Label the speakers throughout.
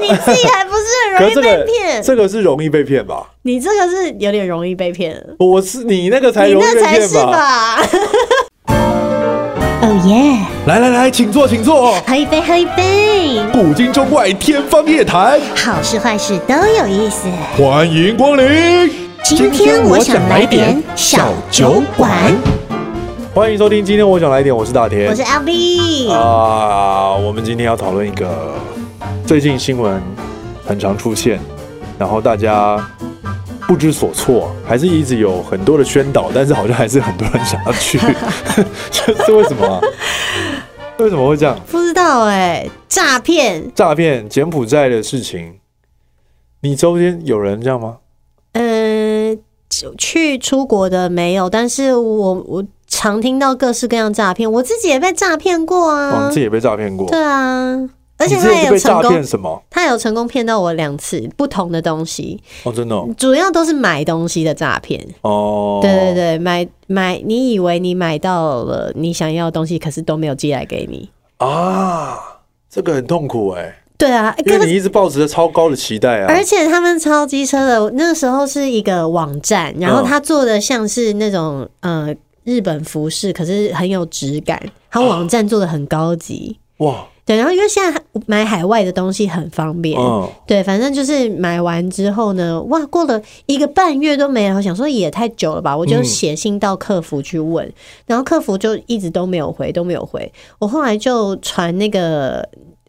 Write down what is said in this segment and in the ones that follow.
Speaker 1: 你自己还不是很
Speaker 2: 可
Speaker 1: 容
Speaker 2: 是
Speaker 1: 易
Speaker 2: 这
Speaker 1: 被
Speaker 2: 个
Speaker 1: 骗？
Speaker 2: 这个是容易被骗吧？
Speaker 1: 你这个是有点容易被骗了，
Speaker 2: 我是你那个才
Speaker 1: 你
Speaker 2: 容易
Speaker 1: 那
Speaker 2: 被
Speaker 1: 才
Speaker 2: 骗
Speaker 1: 是吧？ 哦耶！
Speaker 2: 来来来，请坐，请坐。
Speaker 1: 喝一杯，喝一杯，
Speaker 2: 古今中外，天方夜谭，
Speaker 1: 好事坏事都有意思。
Speaker 2: 欢迎光临。
Speaker 1: 今天我想来点小酒馆。
Speaker 2: 欢迎收听，今天我想来点，我是大田，
Speaker 1: 我是 L B，
Speaker 2: 啊，我们今天要讨论一个最近新闻很常出现，然后大家不知所措，还是一直有很多的宣导，但是好像还是很多人想要 去，这是为什么、啊？为什么会这样？
Speaker 1: 不知道哎，诈骗，
Speaker 2: 诈骗柬埔寨的事情，你周边有人这样吗？
Speaker 1: 嗯，去出国的没有，但是我我常听到各式各样诈骗，我自己也被诈骗过
Speaker 2: 哦，
Speaker 1: 啊
Speaker 2: 你自，己也被诈骗过？
Speaker 1: 对啊，而且
Speaker 2: 你之
Speaker 1: 他
Speaker 2: 前
Speaker 1: 也
Speaker 2: 是
Speaker 1: 有
Speaker 2: 被
Speaker 1: 成
Speaker 2: 诈骗
Speaker 1: 功，
Speaker 2: 什么？
Speaker 1: 他有成功骗到我两次不同的东西，
Speaker 2: 哦，真的哦。
Speaker 1: 主要都是买东西的诈骗。
Speaker 2: 哦
Speaker 1: 嗯对对对，买买，你以为你买到了你想要的东西，可是都没有寄来给你。
Speaker 2: 啊，这个很痛苦哎、
Speaker 1: 对啊，
Speaker 2: 因
Speaker 1: 可
Speaker 2: 为
Speaker 1: 是
Speaker 2: 你一直抱持着超高的期待啊。
Speaker 1: 而且他们超机车的，那时候是一个网站，然
Speaker 2: 嗯
Speaker 1: 后他做的像是那种呃日本服饰，可是很有质感，他网站做的很高级。
Speaker 2: 哇，
Speaker 1: 对，然后因为现在买海外的东西很方便，
Speaker 2: 嗯，
Speaker 1: 对，反正就是买完之后呢，哇，过了一个半月都没有，想说也太久了吧，我就
Speaker 2: 嗯
Speaker 1: 写信到客服去问，然后客服就一直都没有回，都没有回。我后来就传那个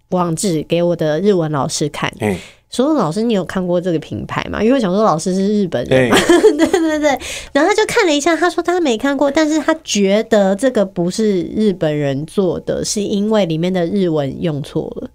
Speaker 1: 网址给我的日文老师看，
Speaker 2: 哎
Speaker 1: 说老师你有看过这个品牌吗？因为我想说老师是日本人，
Speaker 2: 哎，
Speaker 1: 对 对对。然后他就看了一下，他说他没看过，但是他觉得这个不是日本人做的，是因为里面的日文用错了。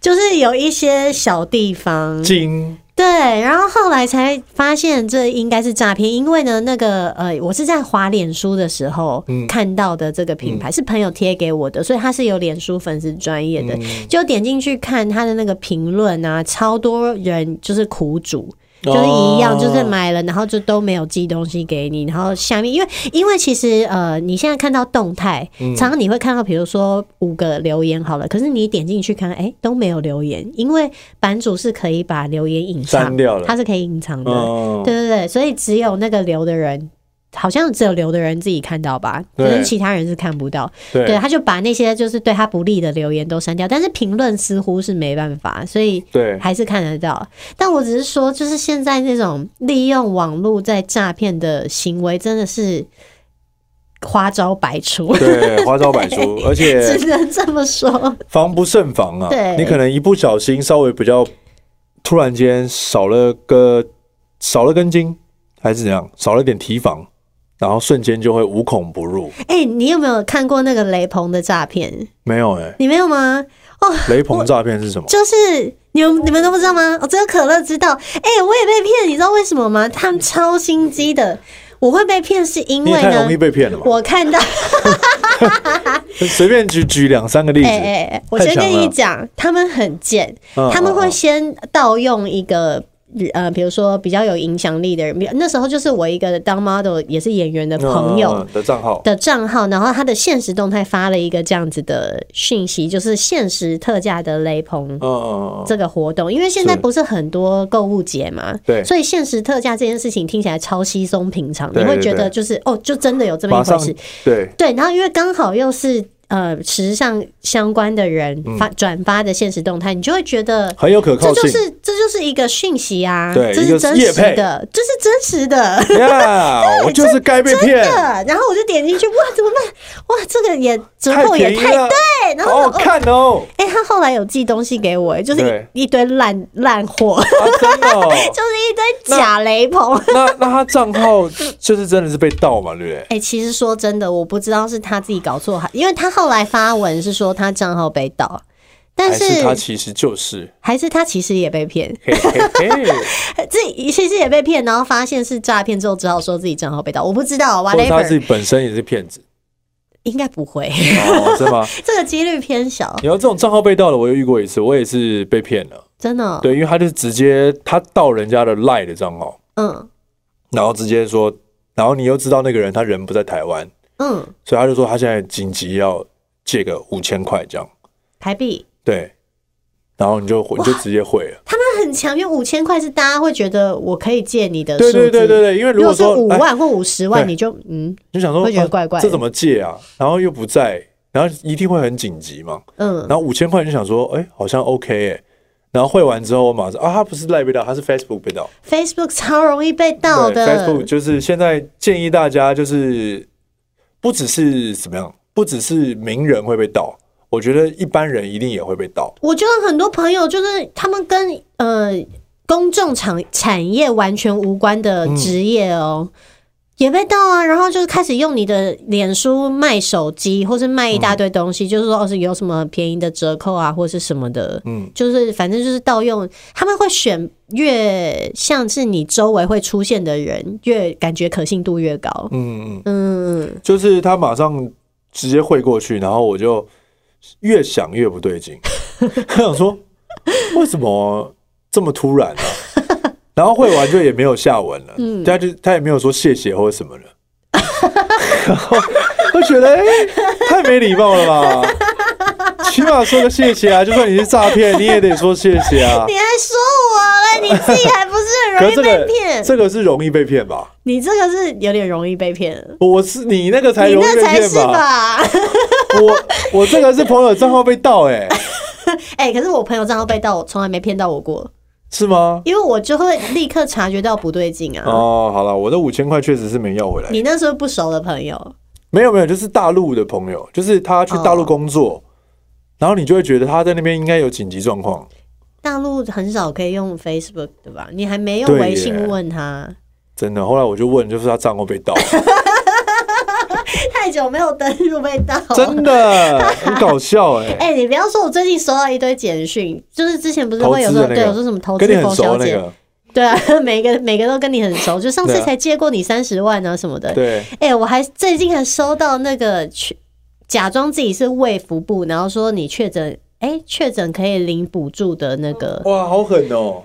Speaker 1: 就是有一些小地方，
Speaker 2: 金
Speaker 1: 对，然后后来才发现这应该是诈骗，因为呢，那个呃，我是在滑脸书的时候
Speaker 2: 嗯
Speaker 1: 看到的这个品牌、是朋友贴给我的，所以它是有脸书粉丝专业
Speaker 2: 嗯
Speaker 1: 的，就点进去看它的那个评论啊，超多人就是苦主。
Speaker 2: 哦
Speaker 1: 就是一样，就是买了，然后就都没有寄东西给你，然后下面因为因为其实呃，你现在看到动态，
Speaker 2: 嗯
Speaker 1: 常常你会看到，比如说五个留言好了，可是你点进去看，哎、都没有留言，因为版主是可以把留言隐藏
Speaker 2: 删掉了
Speaker 1: 它是可以隐藏的，
Speaker 2: 嗯
Speaker 1: 对对对，所以只有那个留的人。好像只有留的人自己看到吧，可
Speaker 2: 对
Speaker 1: 是其他人是看不到。对，
Speaker 2: 对
Speaker 1: 他就把那些就是对他不利的留言都删掉，但是评论似乎是没办法，所以
Speaker 2: 对，
Speaker 1: 还是看得到。但我只是说，就是现在这种利用网络在诈骗的行为，真的是花招百出，
Speaker 2: 对，花招百出，而且
Speaker 1: 只能这么说。
Speaker 2: 防不胜防啊！
Speaker 1: 对
Speaker 2: 你可能一不小心稍微比较，突然间少了个少了根筋，还是怎样，少了点提防，然后瞬间就会无孔不入。
Speaker 1: 哎、你有没有看过那个雷鹏的诈骗？
Speaker 2: 没有哎、
Speaker 1: 你没有吗？
Speaker 2: 雷鹏诈骗是什么？
Speaker 1: 就是你们你们都不知道吗？我、哦只有可乐知道。哎、我也被骗，你知道为什么吗？他们超心机的。我会被骗是因
Speaker 2: 你也
Speaker 1: 为
Speaker 2: 太
Speaker 1: 呢
Speaker 2: 容易，被骗了吧？
Speaker 1: 我看 到。
Speaker 2: 随便举举两三个例子，
Speaker 1: 哎哎哎，我
Speaker 2: 太
Speaker 1: 先
Speaker 2: 强
Speaker 1: 跟你
Speaker 2: 了
Speaker 1: 讲，他们很贱，
Speaker 2: 嗯
Speaker 1: 他们
Speaker 2: 嗯
Speaker 1: 会
Speaker 2: 嗯
Speaker 1: 先盗用一个。呃，比如说比较有影响力的人，比那时候就是我一个当 model 也是演员的朋友，
Speaker 2: 嗯嗯嗯的账号，
Speaker 1: 的账号，然后他的现实动态发了一个这样子的讯息，就是限时特价的雷朋
Speaker 2: 嗯嗯嗯嗯，
Speaker 1: 这个活动，因为现在
Speaker 2: 是
Speaker 1: 不是很多购物节嘛，
Speaker 2: 对
Speaker 1: 所以限时特价这件事情听起来超稀松平常，你
Speaker 2: 对
Speaker 1: 会
Speaker 2: 对
Speaker 1: 觉得
Speaker 2: 对
Speaker 1: 就是哦，就真的有这么
Speaker 2: 马
Speaker 1: 一回
Speaker 2: 上
Speaker 1: 事，
Speaker 2: 对，
Speaker 1: 对，然后因为刚好又是呃时尚相关的人发转发的现实动态，你就会觉得。
Speaker 2: 嗯很有可
Speaker 1: 这
Speaker 2: 靠
Speaker 1: 就
Speaker 2: 性。
Speaker 1: 是这就是一个讯息啊，
Speaker 2: 对
Speaker 1: 这
Speaker 2: 一
Speaker 1: 是
Speaker 2: 个是
Speaker 1: 真
Speaker 2: 业
Speaker 1: 实
Speaker 2: 配
Speaker 1: 的，这是真实的，
Speaker 2: 呀，我就是该被骗，
Speaker 1: 的。 然后我就点进去，哇，怎么办？哇，这个也折
Speaker 2: 太
Speaker 1: 扣也
Speaker 2: 便宜
Speaker 1: 太
Speaker 2: 了，
Speaker 1: 对。然后
Speaker 2: 好好
Speaker 1: 我哎、
Speaker 2: 看哦，
Speaker 1: 他后来有寄东西给我，哎就是
Speaker 2: 对
Speaker 1: 一一堆烂烂货，
Speaker 2: 啊真的哦。
Speaker 1: 就是一堆假雷朋。
Speaker 2: 那那他账号就是真的是被盗嘛，对不对？
Speaker 1: 哎、其实说真的，我不知道是他自己搞错，还因为他后来发文是说他账号被盗，但
Speaker 2: 还
Speaker 1: 是
Speaker 2: 他其实就是，
Speaker 1: 还是他其实也被骗，
Speaker 2: 嘿嘿嘿，
Speaker 1: 自己其实也被骗，然后发现是诈骗之后，只好说自己账号被盗。我不知道
Speaker 2: 或者他自
Speaker 1: ，whatever，
Speaker 2: 己本身也是骗子，
Speaker 1: 应该不会，
Speaker 2: 哦，是吗？
Speaker 1: 这个几率偏小，
Speaker 2: 你要这种账号被盗的，我又遇过一次，我也是被骗了。
Speaker 1: 真的哦、
Speaker 2: 对，因为他就是直接他盗人家的赖的账号，
Speaker 1: 嗯
Speaker 2: 然后直接说，然后你又知道那个人他人不在台湾，
Speaker 1: 嗯，
Speaker 2: 所以他就说他现在紧急要借个五千块这样。
Speaker 1: 台币
Speaker 2: 对，然后你就你就直接汇了。
Speaker 1: 他们很强，因为五千块是大家会觉得我可以借你的数
Speaker 2: 对
Speaker 1: 字。
Speaker 2: 对对对对，因为
Speaker 1: 如
Speaker 2: 果
Speaker 1: 是
Speaker 2: 说
Speaker 1: 五
Speaker 2: 哎
Speaker 1: 万或五十万，
Speaker 2: 对
Speaker 1: 你就嗯
Speaker 2: 你就想说
Speaker 1: 会觉得
Speaker 2: 啊
Speaker 1: 怪怪
Speaker 2: 这
Speaker 1: 的
Speaker 2: 怎么借啊？然后又不在，然后一定会很紧急嘛。
Speaker 1: 嗯
Speaker 2: 然，后五千块你就想说，哎、好像 OK 哎、然后汇完之后，我马上啊，他不是赖被盗，他是 Facebook 被盗。
Speaker 1: Facebook 超容易被盗
Speaker 2: 对，Facebook
Speaker 1: 的，
Speaker 2: 就是现在建议大家，就是不只是怎么样，不只是名人会被盗，我觉得一般人一定也会被盗。
Speaker 1: 我觉得很多朋友就是他们跟呃公众产产业完全无关的职业哦。
Speaker 2: 嗯
Speaker 1: 也被盗啊，然后就是开始用你的脸书卖手机，或是卖一大堆东西，就是说哦是有什么便宜的折扣啊，或是什么的，
Speaker 2: 嗯，
Speaker 1: 就是反正就是盗用，他们会选越像是你周围会出现的人，越感觉可信度越高。
Speaker 2: 嗯嗯，
Speaker 1: 嗯，嗯
Speaker 2: 就是他马上直接汇过去，然后我就越想越不 对劲，我想说为什么这么突然啊？然后汇完就也没有下文了，嗯，他就他也没有说谢谢或者什么了，然后我觉得哎、太没礼貌了吧。起码说个谢谢啊！就算你是诈骗，你也得说谢谢 啊
Speaker 1: 你。还说我了，你自己还不是很
Speaker 2: 可
Speaker 1: 容
Speaker 2: 是
Speaker 1: 易
Speaker 2: 这
Speaker 1: 被
Speaker 2: 个
Speaker 1: 骗？
Speaker 2: 这个是容易被骗吧？
Speaker 1: 你这个是有点容易被骗，
Speaker 2: 我是你那个才
Speaker 1: 你
Speaker 2: 容易
Speaker 1: 那
Speaker 2: 被
Speaker 1: 才
Speaker 2: 骗
Speaker 1: 是吧？
Speaker 2: 我我这个是朋友账号被盗哎、
Speaker 1: 哎、可是我朋友账号被盗，我从来没骗到我过，
Speaker 2: 是吗？
Speaker 1: 因为我就会立刻察觉到不对劲啊。
Speaker 2: 哦，好了，我的五千块确实是没要回来。
Speaker 1: 你那时候不熟的朋友，
Speaker 2: 没有没有，就是大陆的朋友，就是他去大陆工作，然后你就会觉得他在那边应该有紧急状况。
Speaker 1: 大陆很少可以用 Facebook 的吧？你还没用
Speaker 2: 对
Speaker 1: 微
Speaker 2: 耶
Speaker 1: 信问他，
Speaker 2: 真的，后来我就问，就是他账户被盗，
Speaker 1: 太久没有登入被盗了。
Speaker 2: 真的很搞笑哎、
Speaker 1: 哎、你不要说，我最近收到一堆简讯，就是之前不是会有时
Speaker 2: 投
Speaker 1: 候、
Speaker 2: 资的那个
Speaker 1: 对我说什么投资
Speaker 2: 跟你很
Speaker 1: 冯
Speaker 2: 熟
Speaker 1: 小
Speaker 2: 那
Speaker 1: 姐，
Speaker 2: 个，
Speaker 1: 对啊， 每个每个都跟你很熟，就上
Speaker 2: 对
Speaker 1: 次
Speaker 2: 啊
Speaker 1: 才借过你三十万啊什么的。
Speaker 2: 对，
Speaker 1: 哎、我还最近还收到那个去假装自己是卫福部，然后说你确诊，哎、确诊可以领补助的那个，
Speaker 2: 哇，好狠哦、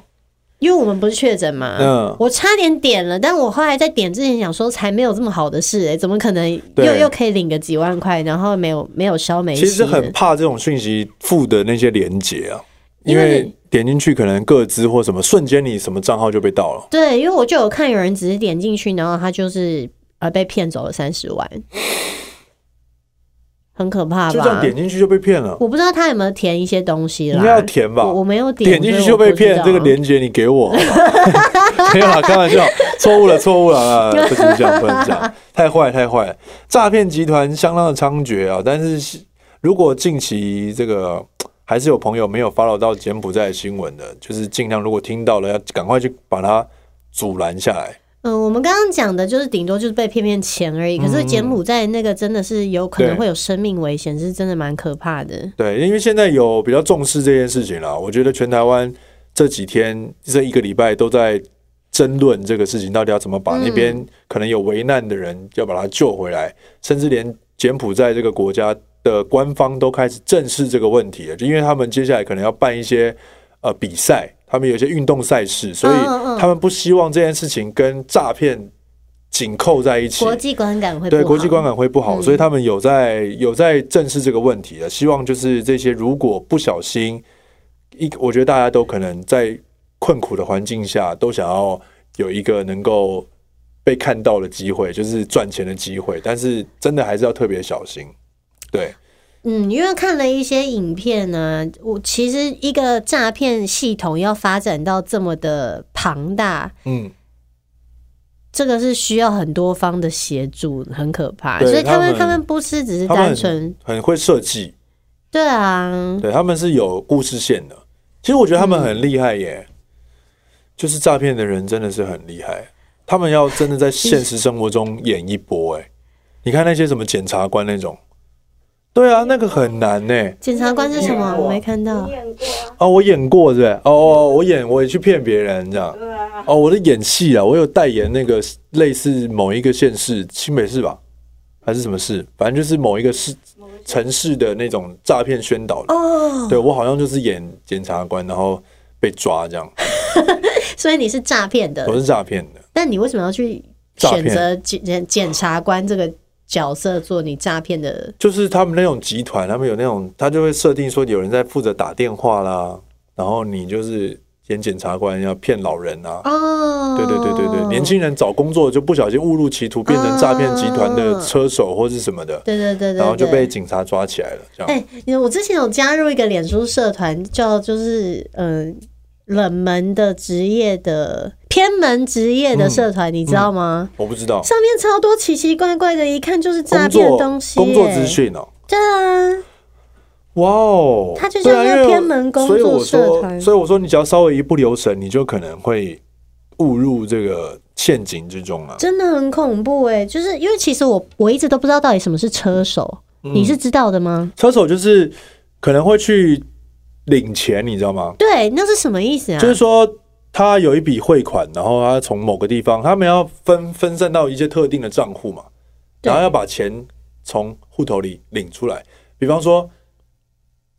Speaker 1: 因为我们不是确诊嘛。
Speaker 2: 嗯
Speaker 1: 我差点点了，但我后来在点之前想说，才没有这么好的事、哎，怎么可能又
Speaker 2: 对
Speaker 1: 又可以领个几万块，然后没有没有消没息
Speaker 2: 其
Speaker 1: 呢？
Speaker 2: 实很怕这种讯息附的那些连接啊，因
Speaker 1: 因为
Speaker 2: 为点进去可能各自或什么，瞬间你什么账号就被盗了。
Speaker 1: 对，因为我就有看有人只是点进去，然后他就是呃被骗走了三十万，很可怕
Speaker 2: 就这样
Speaker 1: 吧？
Speaker 2: 点进去就被骗了，
Speaker 1: 我不知道他有没有填一些东西
Speaker 2: 应
Speaker 1: 啦，
Speaker 2: 该要填吧？
Speaker 1: 我我没有
Speaker 2: 点进去就被骗，这个
Speaker 1: 连
Speaker 2: 链接你给我， 没有啦，开玩笑，错误了，错误了，啊不行，这样不能讲，太坏，太坏了，诈骗集团相当的猖獗啊！但是如果近期这个还是有朋友没有 follow 到柬埔寨的新闻的，就是尽量如果听到了，要赶快去把它阻拦下来。
Speaker 1: 嗯，我们刚刚讲的就是顶多就是被骗骗钱而
Speaker 2: 嗯
Speaker 1: 已，可是柬埔寨那个真的是有可能
Speaker 2: 对
Speaker 1: 会有生命危险，是真的蛮可怕的。
Speaker 2: 对，因为现在有比较重视这件事情了，我觉得全台湾这几天这一个礼拜都在争论这个事情，到底要怎么把
Speaker 1: 嗯
Speaker 2: 那边可能有危难的人要把他救回来，甚至连柬埔寨这个国家的官方都开始正视这个问题了，就因为他们接下来可能要办一些呃比赛，他们有一些运动赛事，所以
Speaker 1: 嗯嗯
Speaker 2: 他们不希望这件事情跟诈骗紧扣在一起。
Speaker 1: 国际观感会
Speaker 2: 对
Speaker 1: 不好嗯
Speaker 2: 国际观感会不好，所以他们有在有在正视这个问题的。希望就是这些如果不小心，一我觉得大家都可能在困苦的环境下，都想要有一个能够被看到的机会，就是赚钱的机会，但是真的还是要特别小心。对，
Speaker 1: 嗯，因为看了一些影片呢、我其实一个诈骗系统要发展到这么的庞大，
Speaker 2: 嗯，
Speaker 1: 这个是需要很多方的协助，很可怕。
Speaker 2: 对
Speaker 1: 所以他们
Speaker 2: 他们
Speaker 1: 他们不是只是
Speaker 2: 他们
Speaker 1: 单纯
Speaker 2: 很会设计，
Speaker 1: 对啊，
Speaker 2: 对，他们是有故事线的。其实我觉得他们很厉害耶，就是诈骗的人真的是很厉害，他们要真的在现实生活中演一波哎。你看那些什么检察官那种，对啊，那个很难呢。
Speaker 1: 检察官是什么？我没看到
Speaker 3: 你。演过啊？
Speaker 2: 哦，我演过是不是？哦哦，我演我也去骗别人这样。
Speaker 3: 对啊，
Speaker 2: 哦，我的演戏啊，我有代言那个类似某一个县市，新北市吧，还是什么市？反正就是某一个市城市的那种诈骗宣导的。
Speaker 1: 哦，
Speaker 2: 对我好像就是演检察官，然后被抓这样，
Speaker 1: 所以你是诈骗的
Speaker 2: 我，是诈骗的。
Speaker 1: 但你为什么要去
Speaker 2: 诈
Speaker 1: 选
Speaker 2: 骗
Speaker 1: 择检检察官这个角色做你诈骗的？
Speaker 2: 就是他们那种集团，他们有那种，他就会设定说有人在负责打电话啦，然后你就是演检察官要骗老人啊，
Speaker 1: 哦，
Speaker 2: 对对对对对，年轻人找工作就不小心误入歧途，变成诈骗集团的车手或是什么的，
Speaker 1: 对对对对对，
Speaker 2: 然后就被警察抓起来了。这样，
Speaker 1: 哎、你我之前有加入一个脸书社团，叫就是嗯、呃冷门的职业的偏门职业
Speaker 2: 嗯
Speaker 1: 的社团，你知道吗？
Speaker 2: 我不知道
Speaker 1: 上面超多奇奇怪怪的，一看就是诈
Speaker 2: 工
Speaker 1: 骗
Speaker 2: 作
Speaker 1: 的东西、
Speaker 2: 工作资，讯哦，
Speaker 1: 对啊，
Speaker 2: 哇哦，
Speaker 1: 它就
Speaker 2: 对
Speaker 1: 像
Speaker 2: 啊
Speaker 1: 一个
Speaker 2: 因为
Speaker 1: 偏门工
Speaker 2: 所以我
Speaker 1: 作社
Speaker 2: 说
Speaker 1: 团
Speaker 2: 所以我说你只要稍微一不留神，你就可能会误入这个陷阱之中啊了。
Speaker 1: 真的很恐怖哎、就是因为其实我我一直都不知道到底什么是车手，
Speaker 2: 嗯
Speaker 1: 你是知道的吗？
Speaker 2: 车手就是可能会去领钱，你知道吗？
Speaker 1: 对，那是什么意思啊？
Speaker 2: 就是说他有一笔汇款，然后他从某个地方，他们要分分散到一些特定的账户嘛，
Speaker 1: 对
Speaker 2: 然后要把钱从户头里领出来。比方说，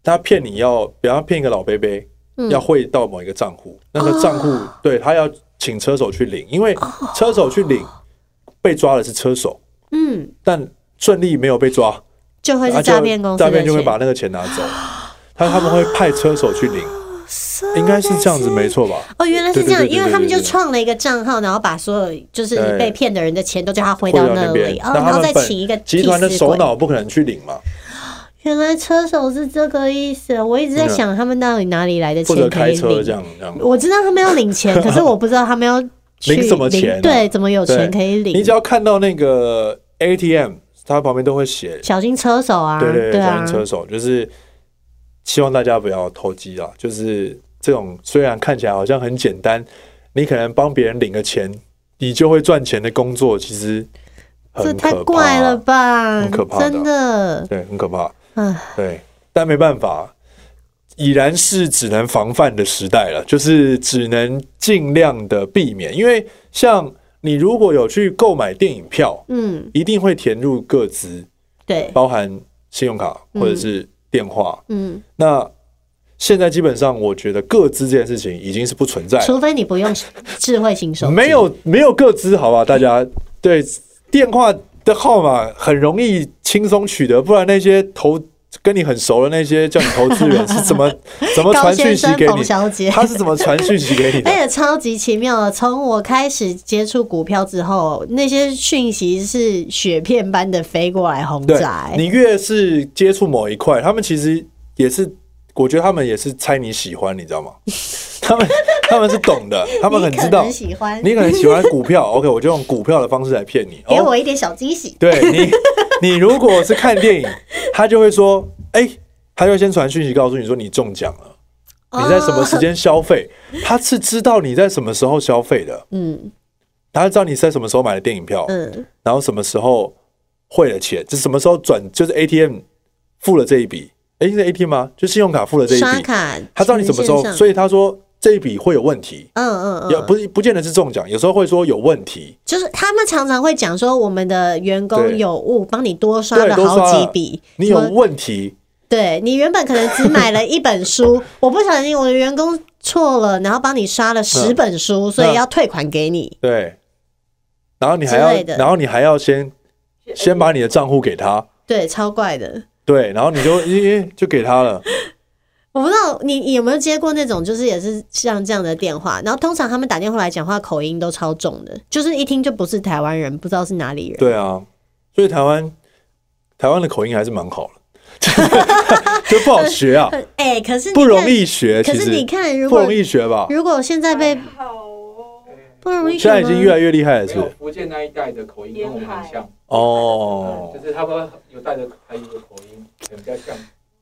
Speaker 2: 他骗你要，比方骗一个老伯伯，
Speaker 1: 嗯
Speaker 2: 要汇到某一个账户，那个账户
Speaker 1: 哦
Speaker 2: 对他要请车手去领，因为车手去领被抓的是车手，
Speaker 1: 嗯，
Speaker 2: 但顺利没有被抓，
Speaker 1: 就会
Speaker 2: 他
Speaker 1: 是
Speaker 2: 啊就
Speaker 1: 诈骗公司的
Speaker 2: 诈骗就会
Speaker 1: 钱
Speaker 2: 把那个钱拿走，他他们会派车手去领，
Speaker 1: 啊
Speaker 2: 应该是这样子没错吧？
Speaker 1: 哦，原来是这样，
Speaker 2: 对对对对
Speaker 1: 因为他们
Speaker 2: 对对
Speaker 1: 就
Speaker 2: 对
Speaker 1: 创了一个账号，然后把所有就是
Speaker 2: 对
Speaker 1: 被骗的人的钱都叫他汇
Speaker 2: 汇到
Speaker 1: 那
Speaker 2: 边
Speaker 1: 里，，哦，
Speaker 2: 那
Speaker 1: 然
Speaker 2: 他
Speaker 1: 后
Speaker 2: 们
Speaker 1: 再
Speaker 2: 本
Speaker 1: 请一个
Speaker 2: 集团的
Speaker 1: 替死
Speaker 2: 首
Speaker 1: 鬼。
Speaker 2: 脑不可能去领嘛，
Speaker 1: 原来车手是这个意思，我一直在
Speaker 2: 嗯
Speaker 1: 想他们到底哪里来的
Speaker 2: 或者
Speaker 1: 钱可
Speaker 2: 开
Speaker 1: 以
Speaker 2: 车这
Speaker 1: 领。
Speaker 2: 样这样。
Speaker 1: 我知道他们要领钱，可是我不知道他们要去
Speaker 2: 领什么钱啊
Speaker 1: 对，怎么有钱可以
Speaker 2: 你
Speaker 1: 领
Speaker 2: 只？要看到那个 ATM，它旁边都会写，
Speaker 1: 小心车手啊！
Speaker 2: 对对对，
Speaker 1: 啊
Speaker 2: 专车！手，就是希望大家不要投机啊。就是这种虽然看起来好像很简单，你可能帮别人领个钱，你就会赚钱的工作，其实很
Speaker 1: 这太
Speaker 2: 可怕
Speaker 1: 怪了吧？
Speaker 2: 很可怕的
Speaker 1: 真的，
Speaker 2: 对，很可怕。
Speaker 1: 唉
Speaker 2: 对，但没办法，已然是只能防范的时代了，就是只能尽量的避免。因为像你如果有去购买电影票，
Speaker 1: 嗯，
Speaker 2: 一定会填入各资，
Speaker 1: 对，
Speaker 2: 包含信用卡或者是电话。
Speaker 1: 嗯，
Speaker 2: 那现在基本上，我觉得各资这件事情已经是不存在了，
Speaker 1: 除非你不用智慧型手机，
Speaker 2: 没有没有各资，好吧？大家对电话的号码很容易轻松取得，不然那些投跟你很熟的那些叫你投资人是 怎么怎么
Speaker 1: 高
Speaker 2: 传
Speaker 1: 先
Speaker 2: 讯息
Speaker 1: 生、
Speaker 2: 给
Speaker 1: 冯
Speaker 2: 你？
Speaker 1: 小姐，
Speaker 2: 他是怎么传讯息给 你的
Speaker 1: 而？且超级奇妙的，从我开始接触股票之后，那些讯息是雪片般的飞过来轰
Speaker 2: 对
Speaker 1: 炸、，欸
Speaker 2: 你越是接触某一块，他们其实也是，我觉得他们也是猜你喜欢，你知道吗？ 他们他们是懂的，他们很知道
Speaker 1: 你可能。喜欢，
Speaker 2: 你可能喜欢股票，OK，我就用股票的方式来骗你。
Speaker 1: 给
Speaker 2: 哦
Speaker 1: 我一点小惊喜。
Speaker 2: 对你， 你如果是看电影，他就会说，哎、他就会先传讯息告诉你说你中奖了，
Speaker 1: 哦
Speaker 2: 你在什么时间消费，他是知道你在什么时候消费的，
Speaker 1: 嗯
Speaker 2: 他知道你在什么时候买的电影票，
Speaker 1: 嗯，
Speaker 2: 然后什么时候汇了钱，就什么时候转，就是 ATM 付了这一笔，哎、是 ATM 吗？就信用卡付了这一
Speaker 1: 刷
Speaker 2: 笔，
Speaker 1: 卡，
Speaker 2: 他知道你什么时候，所
Speaker 1: 以
Speaker 2: 以他说这一笔会有问题，
Speaker 1: 嗯嗯
Speaker 2: 也
Speaker 1: 嗯，
Speaker 2: 不是不见得是中奖，有时候会说有问题。
Speaker 1: 就是他们常常会讲说，我们的员工
Speaker 2: 对
Speaker 1: 有误，帮你多刷了
Speaker 2: 对多刷
Speaker 1: 好几
Speaker 2: 了
Speaker 1: 笔，
Speaker 2: 你有
Speaker 1: 什么
Speaker 2: 问题，
Speaker 1: 对你原本可能只买了一本 书，我不小心我的员工错了，然后帮你刷了十
Speaker 2: 嗯
Speaker 1: 本书，所以
Speaker 2: 嗯
Speaker 1: 要退款给你。
Speaker 2: 对，然后你还
Speaker 1: 之
Speaker 2: 要
Speaker 1: 类的，
Speaker 2: 然后你还要先先把你的账户给他，
Speaker 1: 对，超怪的。
Speaker 2: 对，然后你就咦、就给他了，
Speaker 1: 我不知道你你有没有接过那种，就是也是像这样的电话，然后通常他们打电话来讲话口音都超重的，就是一听就不是台湾人，不知道是哪里人。
Speaker 2: 对啊，所以台湾台湾的 口音还是蛮好的，就不好学啊，
Speaker 1: 呃哎、可 是你看
Speaker 2: 不容。易学，
Speaker 1: 可
Speaker 2: 其
Speaker 1: 是
Speaker 2: 实
Speaker 1: 你看，如
Speaker 2: 不
Speaker 1: 果
Speaker 2: 容易啊学吧，
Speaker 1: 如果现在被
Speaker 3: 好哦，
Speaker 1: 不容易
Speaker 2: 现
Speaker 1: 学吗，
Speaker 2: 在已经越来越厉害了，
Speaker 4: 没
Speaker 2: 是
Speaker 4: 有
Speaker 2: 不是
Speaker 4: 福建那一带的口音跟我们很像，
Speaker 2: 哦
Speaker 4: 就，是他们有带着台语的口音，可能比较像。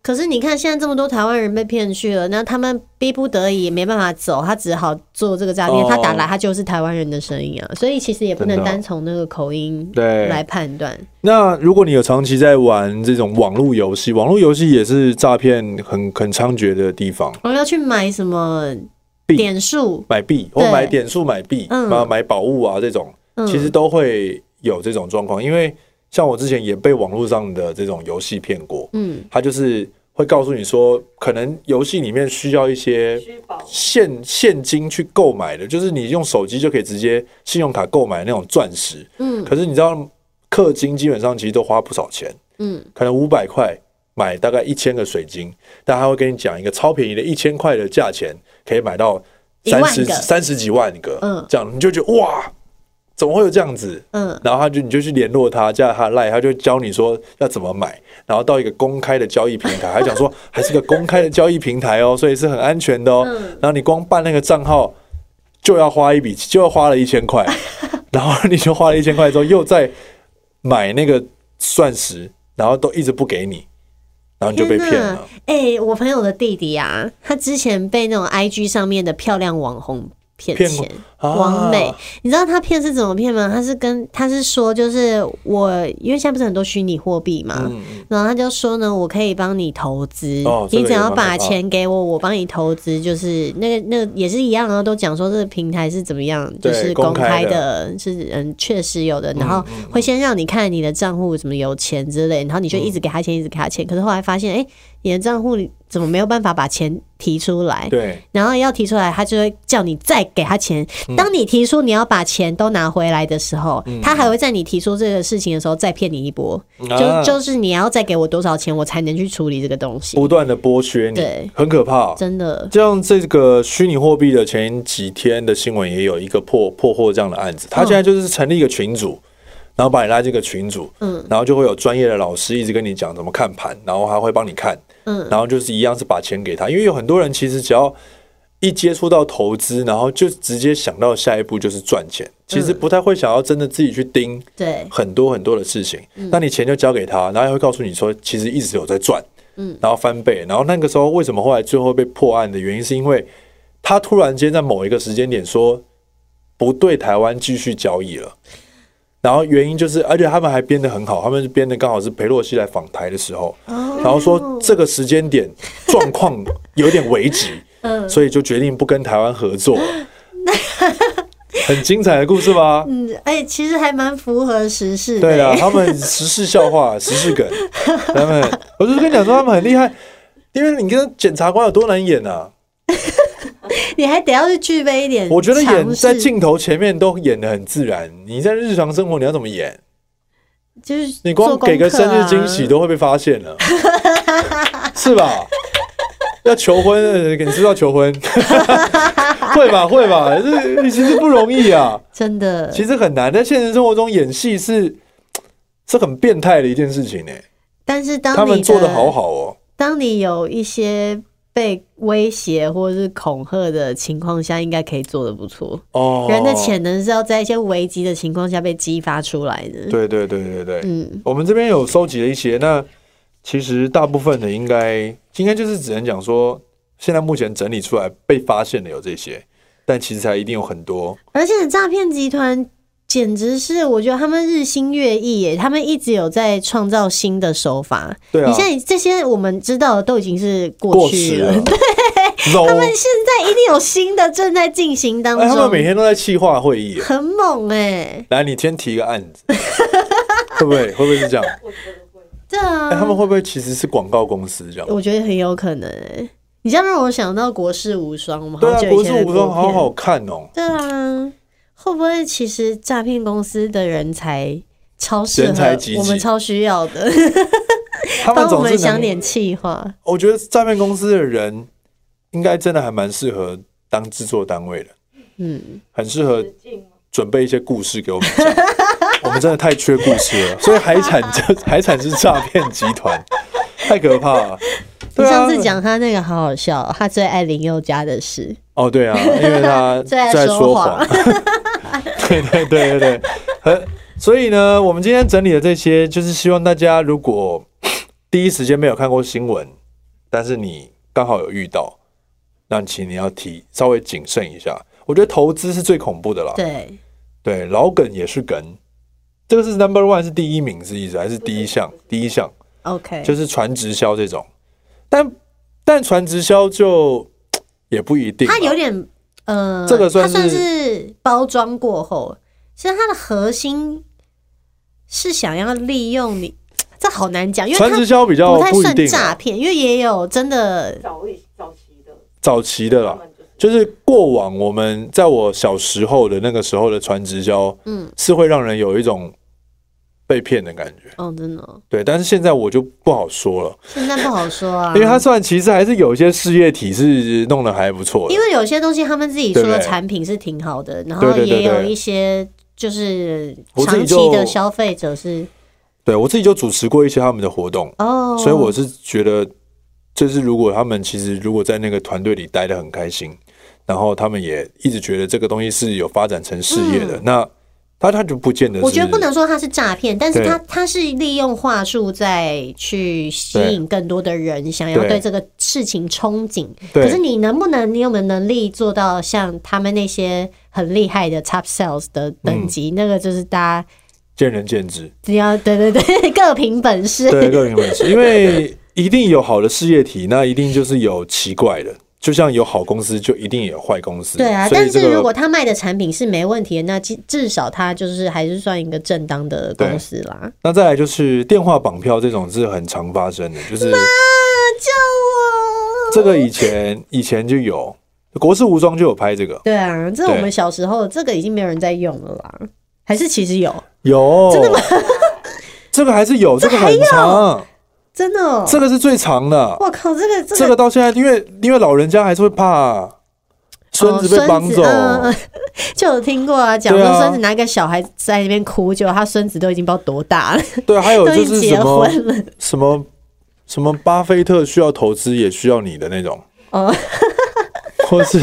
Speaker 1: 可是你看，现在这么多台湾人被骗去了，那他们逼不得已也没办法走，他只好做这个诈骗。
Speaker 2: 哦
Speaker 1: 他打来，他就是台湾人的声音啊，所以其实也不
Speaker 2: 真的
Speaker 1: 能
Speaker 2: 哦
Speaker 1: 单从那个口音
Speaker 2: 对，
Speaker 1: 来判断。
Speaker 2: 那如果你有长期在玩这种网络游戏，网络游戏也是诈骗很很猖獗的地方。
Speaker 1: 我要去买什么
Speaker 2: 币
Speaker 1: 点数？
Speaker 2: 买币或
Speaker 1: 对
Speaker 2: 买点数、买币
Speaker 1: 嗯
Speaker 2: 啊、买宝物啊这种，
Speaker 1: 嗯
Speaker 2: 其实都会有这种状况。因为像我之前也被网络上的这种游戏骗过，
Speaker 1: 嗯
Speaker 2: 它就是会告诉你说，可能游戏里面需要一些
Speaker 3: 虚宝，
Speaker 2: 现现金去购买的，就是你用手机就可以直接信用卡购买那种钻石。
Speaker 1: 嗯
Speaker 2: 可是你知道，氪金基本上其实都花不少钱，
Speaker 1: 嗯，
Speaker 2: 可能五百块买大概一千个水晶，但他会跟你讲一个超便宜的一千块的价钱，可以买到
Speaker 1: 一万
Speaker 2: 三
Speaker 1: 个
Speaker 2: 十三十几万个，
Speaker 1: 嗯
Speaker 2: 这样你就觉得哇，怎么会有这样子？
Speaker 1: 嗯，
Speaker 2: 然后他就你就去联络他，加他赖，他就教你说要怎么买，然后到一个公开的交易平台，还讲说还是个公开的交易平台哦，所以是很安全的哦。
Speaker 1: 嗯
Speaker 2: 然后你光办那个账号就要花一笔，就要花了一千块，然后你就花了一千块之后又再买那个钻石，然后都一直不给你，然后你就被
Speaker 1: 天
Speaker 2: 骗
Speaker 1: 呐
Speaker 2: 了。！
Speaker 1: 哎、我朋友的弟弟啊，他之前被那种 IG 上面的漂亮网红骗
Speaker 2: 骗
Speaker 1: 钱。
Speaker 2: 啊
Speaker 1: 王美，你知道他骗是怎么骗吗？他是跟他是说，就是我因为现在不是很多虚拟货币嘛，然后他就说呢，我可以帮你投资，
Speaker 2: 嗯哦这个
Speaker 1: 你只
Speaker 2: 也
Speaker 1: 要
Speaker 2: 蛮可怕
Speaker 1: 把
Speaker 2: 的
Speaker 1: 钱给我，我帮你投资，就是那个那个也是一样啊，都讲说这个平台是怎么样，就
Speaker 2: 对
Speaker 1: 是
Speaker 2: 公
Speaker 1: 公
Speaker 2: 开嗯
Speaker 1: 开的，是嗯确实有的，然后会先让你看你的账户怎么有钱之类，然后你就一直给他钱，一直给他钱，可是后来发现，哎、你的账户怎么没有办法把钱提出来？
Speaker 2: 对，
Speaker 1: 然后要提出来，他就会叫你再给他钱。
Speaker 2: 嗯
Speaker 1: 当你提出你要把钱都拿回来的时候，他还会在你提出这个事情的时候再骗你一波，
Speaker 2: 啊
Speaker 1: 就就是你要再给我多少钱，我才能去处理这个东西。
Speaker 2: 不断的剥削你
Speaker 1: 对，
Speaker 2: 很可怕、哦。
Speaker 1: 真的，
Speaker 2: 这样，这个虚拟货币的前几天的新闻也有一个破破获这样的案子，他现在就是成立一个群组，然后把你拉进一个群组，
Speaker 1: 嗯，
Speaker 2: 然后就会有专业的老师一直跟你讲怎么看盘，然后他会帮你看，
Speaker 1: 嗯，
Speaker 2: 然后就是一样是把钱给他，因为有很多人其实只要一接触到投资，然后就直接想到下一步就是赚钱，其实不太会想要真的自己去盯
Speaker 1: 对，
Speaker 2: 很多很多的事情，那你钱就交给他，然后他会告诉你说，其实一直有在赚，
Speaker 1: 嗯，
Speaker 2: 然后翻倍，然后那个时候为什么后来最后被破案的原因，是因为他突然间在某一个时间点说不对台湾继续交易了，然后原因就是，而且他们还编得很好，他们编的刚好是裴洛西来访台的时候，
Speaker 1: 哦
Speaker 2: 然后说这个时间点状况有点危急，
Speaker 1: 嗯
Speaker 2: 所以就决定不跟台湾 合作了，很精彩的故事吧？
Speaker 1: 嗯，哎、其实还蛮符合时事的、
Speaker 2: 对啊，
Speaker 1: 哎
Speaker 2: 他们时事笑话、时事梗，他们，我就是跟你讲说他们很厉害，因为你跟检察官有多难演啊？
Speaker 1: 你还得要是具备一点，
Speaker 2: 我觉得演在，镜头前面都演的很自然，你在日常生活你要怎么演？
Speaker 1: 就是
Speaker 2: 你光
Speaker 1: 做功
Speaker 2: 给个
Speaker 1: 课
Speaker 2: 生日惊喜
Speaker 1: 啊，
Speaker 2: 都会被发现了，是吧？要求婚，呃你知道求婚，会吧会吧，这其实不容易啊，
Speaker 1: 真的，
Speaker 2: 其实很难，在现实生活中演戏是是很变态的一件事情呢、
Speaker 1: 但是当你
Speaker 2: 他们做的
Speaker 1: 的
Speaker 2: 好好哦。
Speaker 1: 当你有一些被威胁或者是恐吓的情况下，应该可以做的不错。
Speaker 2: 哦，
Speaker 1: 人的潜能是要在一些危机的情况下被激发出来的。
Speaker 2: 对对对对对，
Speaker 1: 嗯，
Speaker 2: 我们这边有收集了一些，那其实大部分的应该应该就是只能讲说，现在目前整理出来被发现的有这些，但其实还一定有很多。
Speaker 1: 而且诈骗集团简直是，我觉得他们日新月异耶，他们一直有在创造新的手法。
Speaker 2: 对啊
Speaker 1: 你，现在这些我们知道的都已经是
Speaker 2: 过
Speaker 1: 过去
Speaker 2: 时
Speaker 1: 了，
Speaker 2: 了，
Speaker 1: 但
Speaker 2: 揉，
Speaker 1: 现在一定有新的正在进行当
Speaker 2: 哎，他们每
Speaker 1: 中，
Speaker 2: 天都在气化会议。
Speaker 1: 很猛哎，
Speaker 2: 来，你先提一个案 子，会不会会不会是这样？
Speaker 1: 嗯
Speaker 3: 我觉得会。
Speaker 1: 对啊，
Speaker 2: 哎，他们会不会其实是广告公司这样？
Speaker 1: 我觉得很有可能、欸。你这样让我想到《国士无双》，我们
Speaker 2: 对
Speaker 1: 好
Speaker 2: 啊
Speaker 1: 久，以
Speaker 2: 国
Speaker 1: 前的
Speaker 2: 士无
Speaker 1: 国
Speaker 2: 双好
Speaker 1: 片
Speaker 2: 好。看哦，
Speaker 1: 对啊，会不会其实诈骗公司的人才超适
Speaker 2: 人才
Speaker 1: 合
Speaker 2: 济济
Speaker 1: 我们，超需要的？
Speaker 2: 他们
Speaker 1: 帮我
Speaker 2: 总
Speaker 1: 们
Speaker 2: 是能
Speaker 1: 想点气话。
Speaker 2: 我觉得诈骗公司的人应该真的还蛮适合当制作单位的，
Speaker 1: 嗯，
Speaker 2: 很适合
Speaker 3: 使劲吗？
Speaker 2: 准备一些故事给我们讲。我们真的太缺故事了，所以海产这海产是诈骗集团，太可怕了。
Speaker 1: 你
Speaker 2: 对啊
Speaker 1: 上次讲他那个好好笑哦，他最爱林宥嘉的事，
Speaker 2: 哦，对啊，因为他
Speaker 1: 最爱
Speaker 2: 在
Speaker 1: 说
Speaker 2: 说
Speaker 1: 谎
Speaker 2: 谎。 对对对对对，呃，所以呢，我们今天整理的这些，就是希望大家如果第一时间没有看过新闻，但是你刚好有遇到，那请你要提稍微谨慎一下。我觉得投资是最恐怖的啦，
Speaker 1: 对，
Speaker 2: 对，老梗也是梗，这个是 number one 是第一名是意思还是第一项？第一项
Speaker 1: OK，
Speaker 2: 就是传直销这种，但但传直销就也不一定啦，
Speaker 1: 他有点呃，
Speaker 2: 这个算是
Speaker 1: 他算是包装过后，其实它的核心是想要利用你，这好难讲，因为
Speaker 2: 传
Speaker 1: 它
Speaker 2: 直销比较
Speaker 1: 不太
Speaker 2: 不一
Speaker 1: 算
Speaker 2: 定
Speaker 1: 诈
Speaker 2: 啊，
Speaker 1: 骗，因为也有真的
Speaker 3: 早一早期的，
Speaker 2: 早期的
Speaker 3: 他
Speaker 2: 啦，
Speaker 3: 们就是
Speaker 2: 就是过往我们在我小时候的那个时候的传直销，
Speaker 1: 嗯
Speaker 2: 是会让人有一种被骗的感觉。
Speaker 1: 哦，真的哦，
Speaker 2: 对，但是现在我就不好说了，
Speaker 1: 现在不好说啊，
Speaker 2: 因为它算其实还是有一些事业体是弄得还不错的
Speaker 1: 因。为有些东西他们自己说
Speaker 2: 对
Speaker 1: 的
Speaker 2: 不对
Speaker 1: 产品是挺好的，然
Speaker 2: 对
Speaker 1: 后
Speaker 2: 对对
Speaker 1: 也有
Speaker 2: 对
Speaker 1: 一些就是
Speaker 2: 我自己
Speaker 1: 长
Speaker 2: 就
Speaker 1: 期的消费者是
Speaker 2: 对我自己就主持过一些他们的活动，
Speaker 1: 哦，
Speaker 2: 所以我是觉得，就是如果他们其实如果在那个团队里待得很开心，然后他们也一直觉得这个东西是有发展成事业的，那他他就不见得是。
Speaker 1: 嗯我觉得不能说它是诈骗，但是
Speaker 2: 对
Speaker 1: 它它是利用话术在去吸引更多的人想要
Speaker 2: 对
Speaker 1: 对这个事情憧憬。
Speaker 2: 对
Speaker 1: 可是你能不能，你有没有能力做到像他们那些很厉害的 top sales 的等级？
Speaker 2: 嗯
Speaker 1: 那个就是大家
Speaker 2: 见仁见智，
Speaker 1: 只要对对对 各凭本事。
Speaker 2: 对个人本 事，因为一定有好的事业体，那一定就是有奇怪的，就像有好公司，就一定也有坏公司。
Speaker 1: 对啊，
Speaker 2: 所以
Speaker 1: 但
Speaker 2: 这
Speaker 1: 是
Speaker 2: 个
Speaker 1: 如果他卖的产品是没问题的，那至至少他就是还是算一个正当的公司啦。
Speaker 2: 那再来就是电话绑票这种是很常发生的，就是
Speaker 1: 啊，救我！
Speaker 2: 这个以前以前就有，国士无双就有拍这个，
Speaker 1: 对啊，这我
Speaker 2: 对
Speaker 1: 们小时候这个已经没有人在用了啦，还是其实有
Speaker 2: 有真的吗？ 这个还是有，这个很长，
Speaker 1: 真的、哦？
Speaker 2: 这个是最长的，
Speaker 1: 我靠，这个这个
Speaker 2: 这个到现在，因为因为老人家还是会怕孙子
Speaker 1: 哦
Speaker 2: 被绑走，
Speaker 1: 嗯 嗯就有听过啊，讲
Speaker 2: 对
Speaker 1: 说
Speaker 2: 啊
Speaker 1: 孙子拿个小孩在那边哭，结果他孙子都已经不知道多大了，
Speaker 2: 对，还有
Speaker 1: 都
Speaker 2: 就
Speaker 1: 已
Speaker 2: 呃是
Speaker 1: 经
Speaker 2: 什
Speaker 1: 结
Speaker 2: 么
Speaker 1: 婚了。
Speaker 2: 什么什么巴菲特需要投资也需要你的那种，
Speaker 1: 哦，
Speaker 2: 或是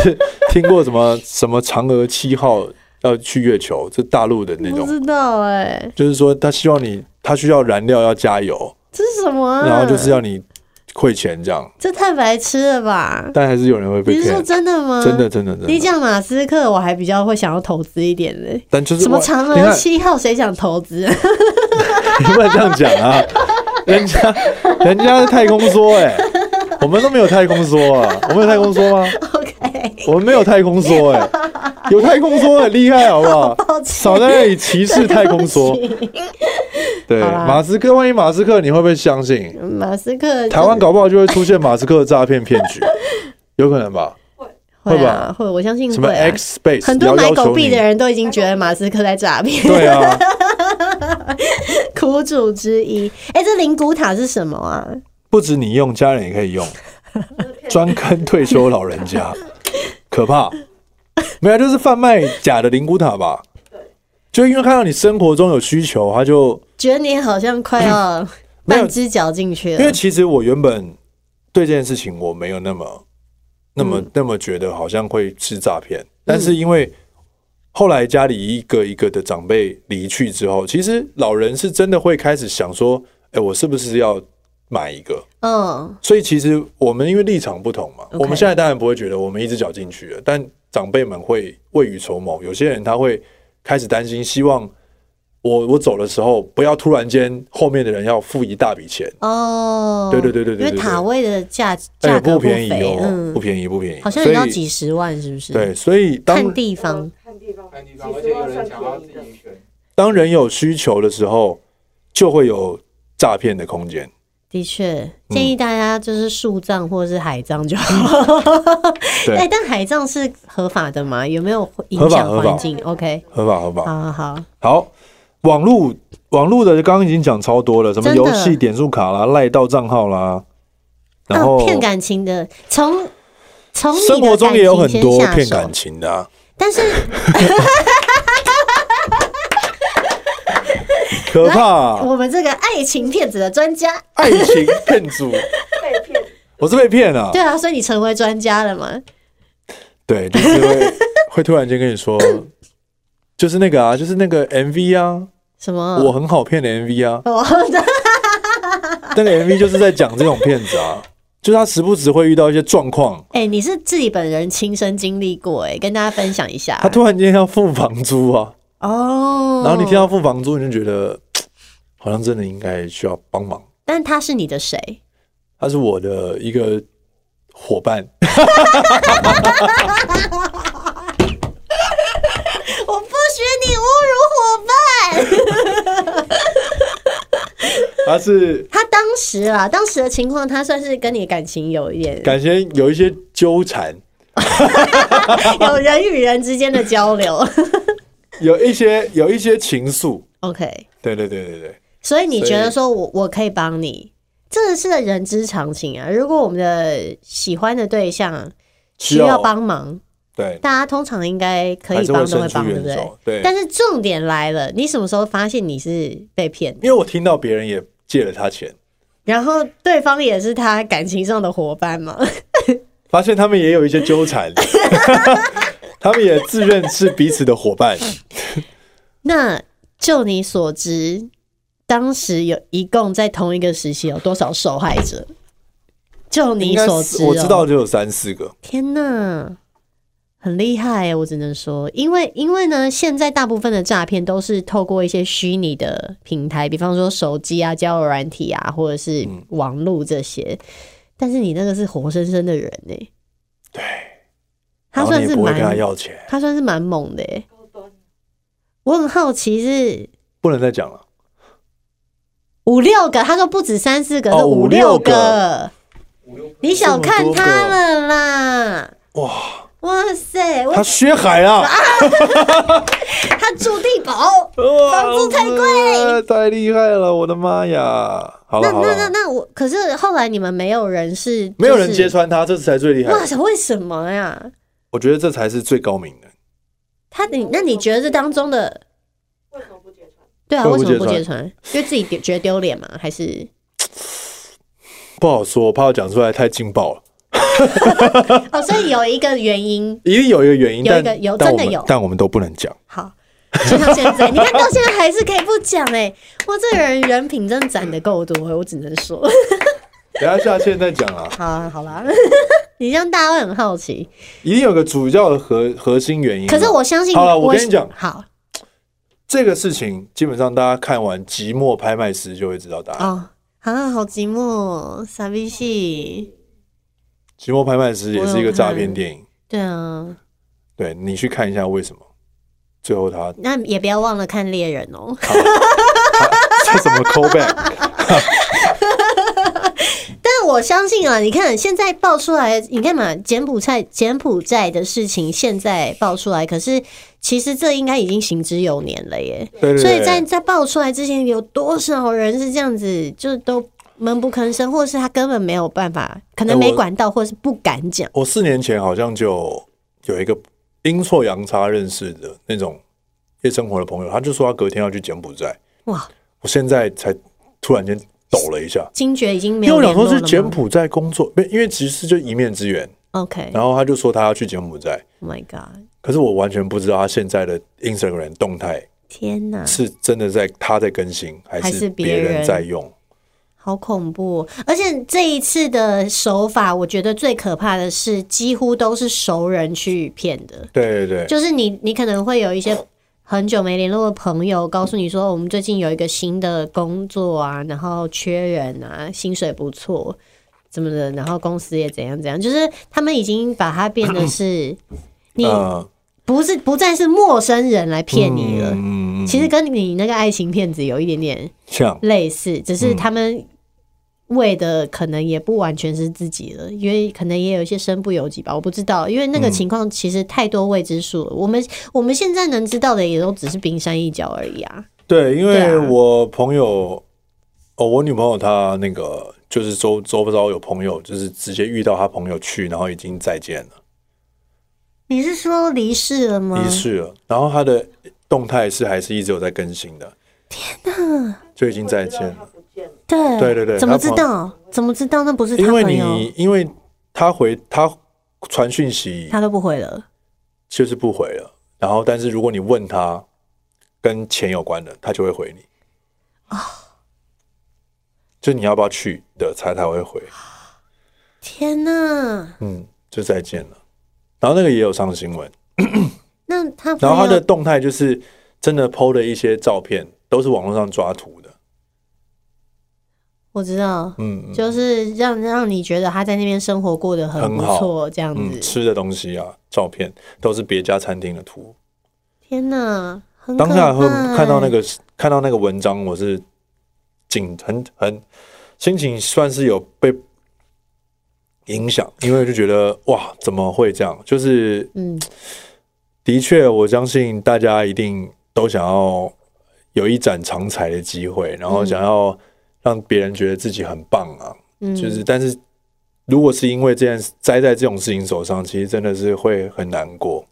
Speaker 2: 听过 什么什么嫦娥七号要去月球，这大陆的那
Speaker 1: 不
Speaker 2: 种，
Speaker 1: 知道哎、
Speaker 2: 就是说他希望你，他需要燃料要加油，
Speaker 1: 这是什么、啊？
Speaker 2: 然后就是要你汇钱这样，
Speaker 1: 这太白痴了吧？
Speaker 2: 但还是有人会被
Speaker 1: 你是说
Speaker 2: 骗，
Speaker 1: 真的吗？
Speaker 2: 真的。真的真
Speaker 1: 你
Speaker 2: 的，
Speaker 1: 讲马斯克，我还比较会想要投资一点嘞。
Speaker 2: 但就是
Speaker 1: 什么
Speaker 2: 哇
Speaker 1: 嫦
Speaker 2: 你
Speaker 1: 娥
Speaker 2: 看
Speaker 1: 七号，谁想投资？
Speaker 2: 你不能这样讲 啊！人家人家是太空梭哎、我们都没有太空梭啊，我们有太空梭吗
Speaker 1: OK
Speaker 2: 我们没有太空梭 哎、有太空梭很厉害好不好？少在那里歧视 太 空梭。对，
Speaker 1: 好啦
Speaker 2: 马斯克，万一马斯克你会不会相信？
Speaker 1: 马斯克
Speaker 2: 台湾搞不好就会出现马斯克诈骗骗 局，有可能吧？
Speaker 1: 会
Speaker 2: 会
Speaker 1: 啊
Speaker 2: 吧，
Speaker 1: 会，我相信
Speaker 2: 什么
Speaker 1: 会啊。
Speaker 2: X Space，
Speaker 1: 很多
Speaker 2: 你要
Speaker 1: 买
Speaker 2: 要求
Speaker 1: 狗币
Speaker 2: 你
Speaker 1: 的，人都已经觉得马斯克在诈骗，
Speaker 2: 对啊，
Speaker 1: 苦主之一。哎，这灵骨塔是什么啊？
Speaker 2: 不止你用，家人也可 以用，专坑退休老人家，可怕。没有，啊就是贩卖假的灵骨塔吧？就因为看到你生活中有需求，他就
Speaker 1: 觉得你好像快要
Speaker 2: 没有
Speaker 1: 半只脚进去
Speaker 2: 因为
Speaker 1: 了。
Speaker 2: 其实我原本对这件事情我没有那么、那么、那么觉得好像会是诈骗，但是因为后来家里一个一个的长辈离去之后，其实老人是真的会开始想说，哎、我是不是要买一个？
Speaker 1: 嗯，
Speaker 2: 所以其实我们因为立场不同嘛
Speaker 1: OK
Speaker 2: 我们现在当然不会觉得我们一只脚进去了，但长辈们会未雨绸缪，有些人他会开始担心，希望我我走的时候不要突然间后面的人要付一大笔钱，
Speaker 1: 哦，
Speaker 2: 对对对对对对
Speaker 1: 因为塔位的价
Speaker 2: 哎、
Speaker 1: 价格
Speaker 2: 不便宜
Speaker 1: 菲
Speaker 2: 哦，
Speaker 1: 嗯，
Speaker 2: 不便宜不便宜，
Speaker 1: 好像有到
Speaker 2: 所以
Speaker 1: 几十万，是不是？
Speaker 2: 对，，所以当
Speaker 1: 看地方
Speaker 3: 嗯。看地方，
Speaker 4: 看地
Speaker 3: 其
Speaker 4: 方，而
Speaker 3: 实
Speaker 4: 且有
Speaker 3: 要
Speaker 4: 人
Speaker 3: 算
Speaker 4: 想要自
Speaker 3: 便宜
Speaker 4: 己选，
Speaker 2: 当人有需求的时候，就会有诈骗的空间。
Speaker 1: 的确，
Speaker 2: 嗯
Speaker 1: 建议大家就是树葬或者是海葬就好。
Speaker 2: 对
Speaker 1: 哎，但海葬是合法的吗？有没有
Speaker 2: 合
Speaker 1: 影
Speaker 2: 法
Speaker 1: 响
Speaker 2: 合法
Speaker 1: 环境？OK，
Speaker 2: 合法合法，
Speaker 1: 好好好，
Speaker 2: 好，网络网络的刚刚已经讲超多了，什么
Speaker 1: 真的
Speaker 2: 游戏点数卡啦、赖到账号啦，然后
Speaker 1: 嗯，骗感情的，从从你的
Speaker 2: 生活中也有很多
Speaker 1: 感情
Speaker 2: 骗
Speaker 1: 先下手
Speaker 2: 感情的、啊，
Speaker 1: 但是
Speaker 2: 可怕啊、
Speaker 1: 我们这个爱情骗子的专家，
Speaker 2: 爱情骗主，
Speaker 3: 被骗，
Speaker 2: 我是被骗啊
Speaker 1: 对，啊，所以你成为专家了嘛？
Speaker 2: 对，就是会 会突然间跟你说，就是那个啊，就是那个 MV 啊，
Speaker 1: 什么？
Speaker 2: 我很好骗的 MV 啊，
Speaker 1: 嗯哦，
Speaker 2: 那个 MV 就是在讲这种骗子啊，就是他时不时会遇到一些状况，
Speaker 1: 哎、你是自己本人亲身经历过哎、跟大家分享一下
Speaker 2: 他突然间要付房租啊，
Speaker 1: 哦。
Speaker 2: 然后你听到，付房租，你就觉得好像真的应该需要帮忙。
Speaker 1: 但他是你的谁？
Speaker 2: 他是我的一个伙伴，
Speaker 1: 我不许你侮辱伙伴。
Speaker 2: 他是
Speaker 1: 他当时啊，当时的情况，他算是跟你感情有一 点，
Speaker 2: 感觉有一些纠缠，
Speaker 1: 有 人与人之间的交流。
Speaker 2: 有一些有一些情愫，
Speaker 1: OK，
Speaker 2: 对对对对对，
Speaker 1: 所以你觉
Speaker 2: 所
Speaker 1: 得
Speaker 2: 以
Speaker 1: 说我我可以帮你，这是人之常情啊。如果我们的喜欢的对象需
Speaker 2: 需要
Speaker 1: 要帮忙，
Speaker 2: 对，
Speaker 1: 大家通常应该可
Speaker 2: 还
Speaker 1: 以
Speaker 2: 是
Speaker 1: 帮
Speaker 2: 会
Speaker 1: 都会
Speaker 2: 伸出
Speaker 1: 帮，对
Speaker 2: 援
Speaker 1: 不对？
Speaker 2: 手。对，
Speaker 1: 但是重点来了，你什么时候发现你是被骗的？
Speaker 2: 因为我听到别人也借了他钱，
Speaker 1: 然后对方也是他感情上的伙伴嘛？
Speaker 2: 发现他们也有一些 纠缠，他们也自认是彼此的伙伴。
Speaker 1: 那就你所知，当时有一共在同一个时期有多少受害者？就你
Speaker 2: 应该
Speaker 1: 所
Speaker 2: 是
Speaker 1: 知、哦，
Speaker 2: 我知道就有三四个。
Speaker 1: 天呐，很厉害耶！我只能说，因为因为呢，现在大部分的诈骗都是透过一些虚拟的平台，比方说手机啊、交友软体啊，或者是
Speaker 2: 嗯
Speaker 1: 网络这些。但是你那个是活生生的人呢、
Speaker 2: 对，
Speaker 1: 他
Speaker 2: 然后
Speaker 1: 算
Speaker 2: 你也
Speaker 1: 是
Speaker 2: 不会跟他
Speaker 1: 蛮
Speaker 2: 要钱，
Speaker 1: 他算是蛮猛的耶、
Speaker 3: 高端
Speaker 1: 我很好奇是
Speaker 2: 不能再讲了。
Speaker 1: 五六个，他说不止三四个，
Speaker 2: 哦
Speaker 1: 是五
Speaker 2: 五六
Speaker 1: 六
Speaker 2: 个
Speaker 1: 个。
Speaker 4: 五六
Speaker 1: 你小看他
Speaker 2: 这么
Speaker 1: 了啦！
Speaker 2: 哇，
Speaker 1: 哇塞，我
Speaker 2: 他薛海啊，
Speaker 1: 他住地堡。
Speaker 2: 房
Speaker 1: 租太
Speaker 2: 贵，太厉害了，我的妈呀！好啊
Speaker 1: 那
Speaker 2: 了好
Speaker 1: 那那
Speaker 2: 了，
Speaker 1: 那我，可是后来你们没有人是、
Speaker 2: 没有人揭。穿他，这才最厉害。
Speaker 1: 哇塞，为什么呀？
Speaker 2: 我觉得这才是最高明的。
Speaker 1: 他你那你觉得这当中的
Speaker 3: 为什么不揭穿？
Speaker 1: 对啊，
Speaker 2: 会不
Speaker 1: 为
Speaker 2: 会
Speaker 1: 什么不
Speaker 2: 揭
Speaker 1: 揭穿？因为自己丢觉得丢脸吗？还是
Speaker 2: 不好说，我怕我讲出来太劲爆了。
Speaker 1: 哦，所以有一个原因。
Speaker 2: 一定有一个原因，
Speaker 1: 有一
Speaker 2: 但
Speaker 1: 个有
Speaker 2: 但
Speaker 1: 真
Speaker 2: 我
Speaker 1: 的
Speaker 2: 们
Speaker 1: 有
Speaker 2: 但我们都不能讲。
Speaker 1: 好，就像现在，你看到现在还是可以不讲哎、哇，这个人人品真的攒的够多、我只能说，
Speaker 2: 等一下下线再讲啦。
Speaker 1: 好啊、好啦， 你让大家会很好奇。
Speaker 2: 一定有个主要的核核心原因嘛。啊
Speaker 1: 可是我相信，
Speaker 2: 好啦我跟你讲
Speaker 1: 好
Speaker 2: 这个事情，基本上大家看完《寂寞拍卖师》就会知道答案。
Speaker 1: 哦，啊，好寂寞哦，傻逼戏，
Speaker 2: 寂寞拍卖师》也是一个诈骗电影，
Speaker 1: 对啊，
Speaker 2: 对你去看一下为什么。最后他
Speaker 1: 那也不要忘了看猎人哦。
Speaker 2: 这什么 callback？
Speaker 1: 但我相信啊，你看现在爆出来，你看嘛，柬埔寨柬埔寨的事情现在爆出来，可是其实这应该已经行之有年了耶。
Speaker 2: 对对对，
Speaker 1: 所以在在爆出来之前，有多少人是这样子，就是都闷不吭声，或者是他根本没有办法，可能
Speaker 2: 哎
Speaker 1: 没
Speaker 2: 我
Speaker 1: 管到，或者是不敢讲。
Speaker 2: 我四年前好像就有一个阴错阳差认识的那种夜生活的朋友，他就说他隔天要去柬埔寨，
Speaker 1: 哇，
Speaker 2: 我现在才突然间抖了一下，
Speaker 1: 惊觉已经没
Speaker 2: 因
Speaker 1: 有
Speaker 2: 为我想
Speaker 1: 联络
Speaker 2: 说
Speaker 1: 了
Speaker 2: 是
Speaker 1: 吗
Speaker 2: 柬埔寨工作，没因为其实就一面之缘，
Speaker 1: OK，Oh
Speaker 2: 然后他就说他要去柬埔寨，
Speaker 1: my God，
Speaker 2: 可是我完全不知道他现在的 Instagram 动态
Speaker 1: 天哪！
Speaker 2: 是真的在他在更新，还
Speaker 1: 还
Speaker 2: 是
Speaker 1: 是
Speaker 2: 别
Speaker 1: 别
Speaker 2: 人
Speaker 1: 人
Speaker 2: 在用。
Speaker 1: 好恐怖哦、而且这一次的手法，我觉得最可怕的是，几乎都是熟人去骗的。
Speaker 2: 对对对，
Speaker 1: 就是你，你可能会有一些很久没联络的朋友，告诉你说，我们最近有一个新的工作啊，然后缺人啊，薪水不错，怎么的，然后公司也怎样怎样，就是他们已经把它变得是你
Speaker 2: 呃
Speaker 1: 不是不再是陌生人来骗你了，
Speaker 2: 嗯，
Speaker 1: 其实跟你那个爱情骗子有一点点
Speaker 2: 像
Speaker 1: 类似，只
Speaker 2: 嗯
Speaker 1: 是他们为的可能也不完全是自己了，因为可能也有一些身不由己吧，我不知道，因为那个情况其实太多未知数了。
Speaker 2: 嗯
Speaker 1: 我们我们现在能知道的也都只是冰山一角而已啊。
Speaker 2: 对，因为
Speaker 1: 对啊
Speaker 2: 我朋友，哦，我女朋友她那个就是周周遭有朋友，就是直接遇到她朋友去，然后已经再见了，
Speaker 1: 你是说离世了吗
Speaker 2: 离？世了，然后她的动态是还是一直有在更新的，天哪，就已经再见
Speaker 3: 知道他
Speaker 2: 了，
Speaker 3: 不见了，
Speaker 1: 对
Speaker 2: 对对对
Speaker 1: 怎么
Speaker 2: 他朋
Speaker 1: 知道？怎么知道那不是他
Speaker 2: 因为
Speaker 1: 朋友？
Speaker 2: 你因为她回她传讯息
Speaker 1: 他都不回了。
Speaker 2: 就是不回了，然后但是如果你问她跟钱有关的，她就会回你，啊，
Speaker 1: 哦
Speaker 2: 就你要不要去的，她才会回。
Speaker 1: 天哪！
Speaker 2: 嗯，就再见了。然后那个也有上新闻，
Speaker 1: 那他朋
Speaker 2: 然
Speaker 1: 友
Speaker 2: 后他的动态就是真的 PO 的一些照片，都是网络上抓图的。
Speaker 1: 我知道，
Speaker 2: 嗯嗯
Speaker 1: 就是让让你觉得他在那边生活过得
Speaker 2: 很
Speaker 1: 不
Speaker 2: 好
Speaker 1: 错，这样子。
Speaker 2: 嗯，吃的东西啊，照片都是别家餐厅的图。
Speaker 1: 天哪！很欸
Speaker 2: 当下会看到那
Speaker 1: 个。
Speaker 2: 个看到那个文章，我是紧很很心情算是有被影响，因为就觉得哇，怎么会这样？就是
Speaker 1: 嗯，
Speaker 2: 的确，我相信大家一定都想要有一展长才的机会，然后想要让别人觉得自己很棒啊，
Speaker 1: 嗯，
Speaker 2: 就是但是如果是因为这件栽在这种事情手上，其实真的是会很难过。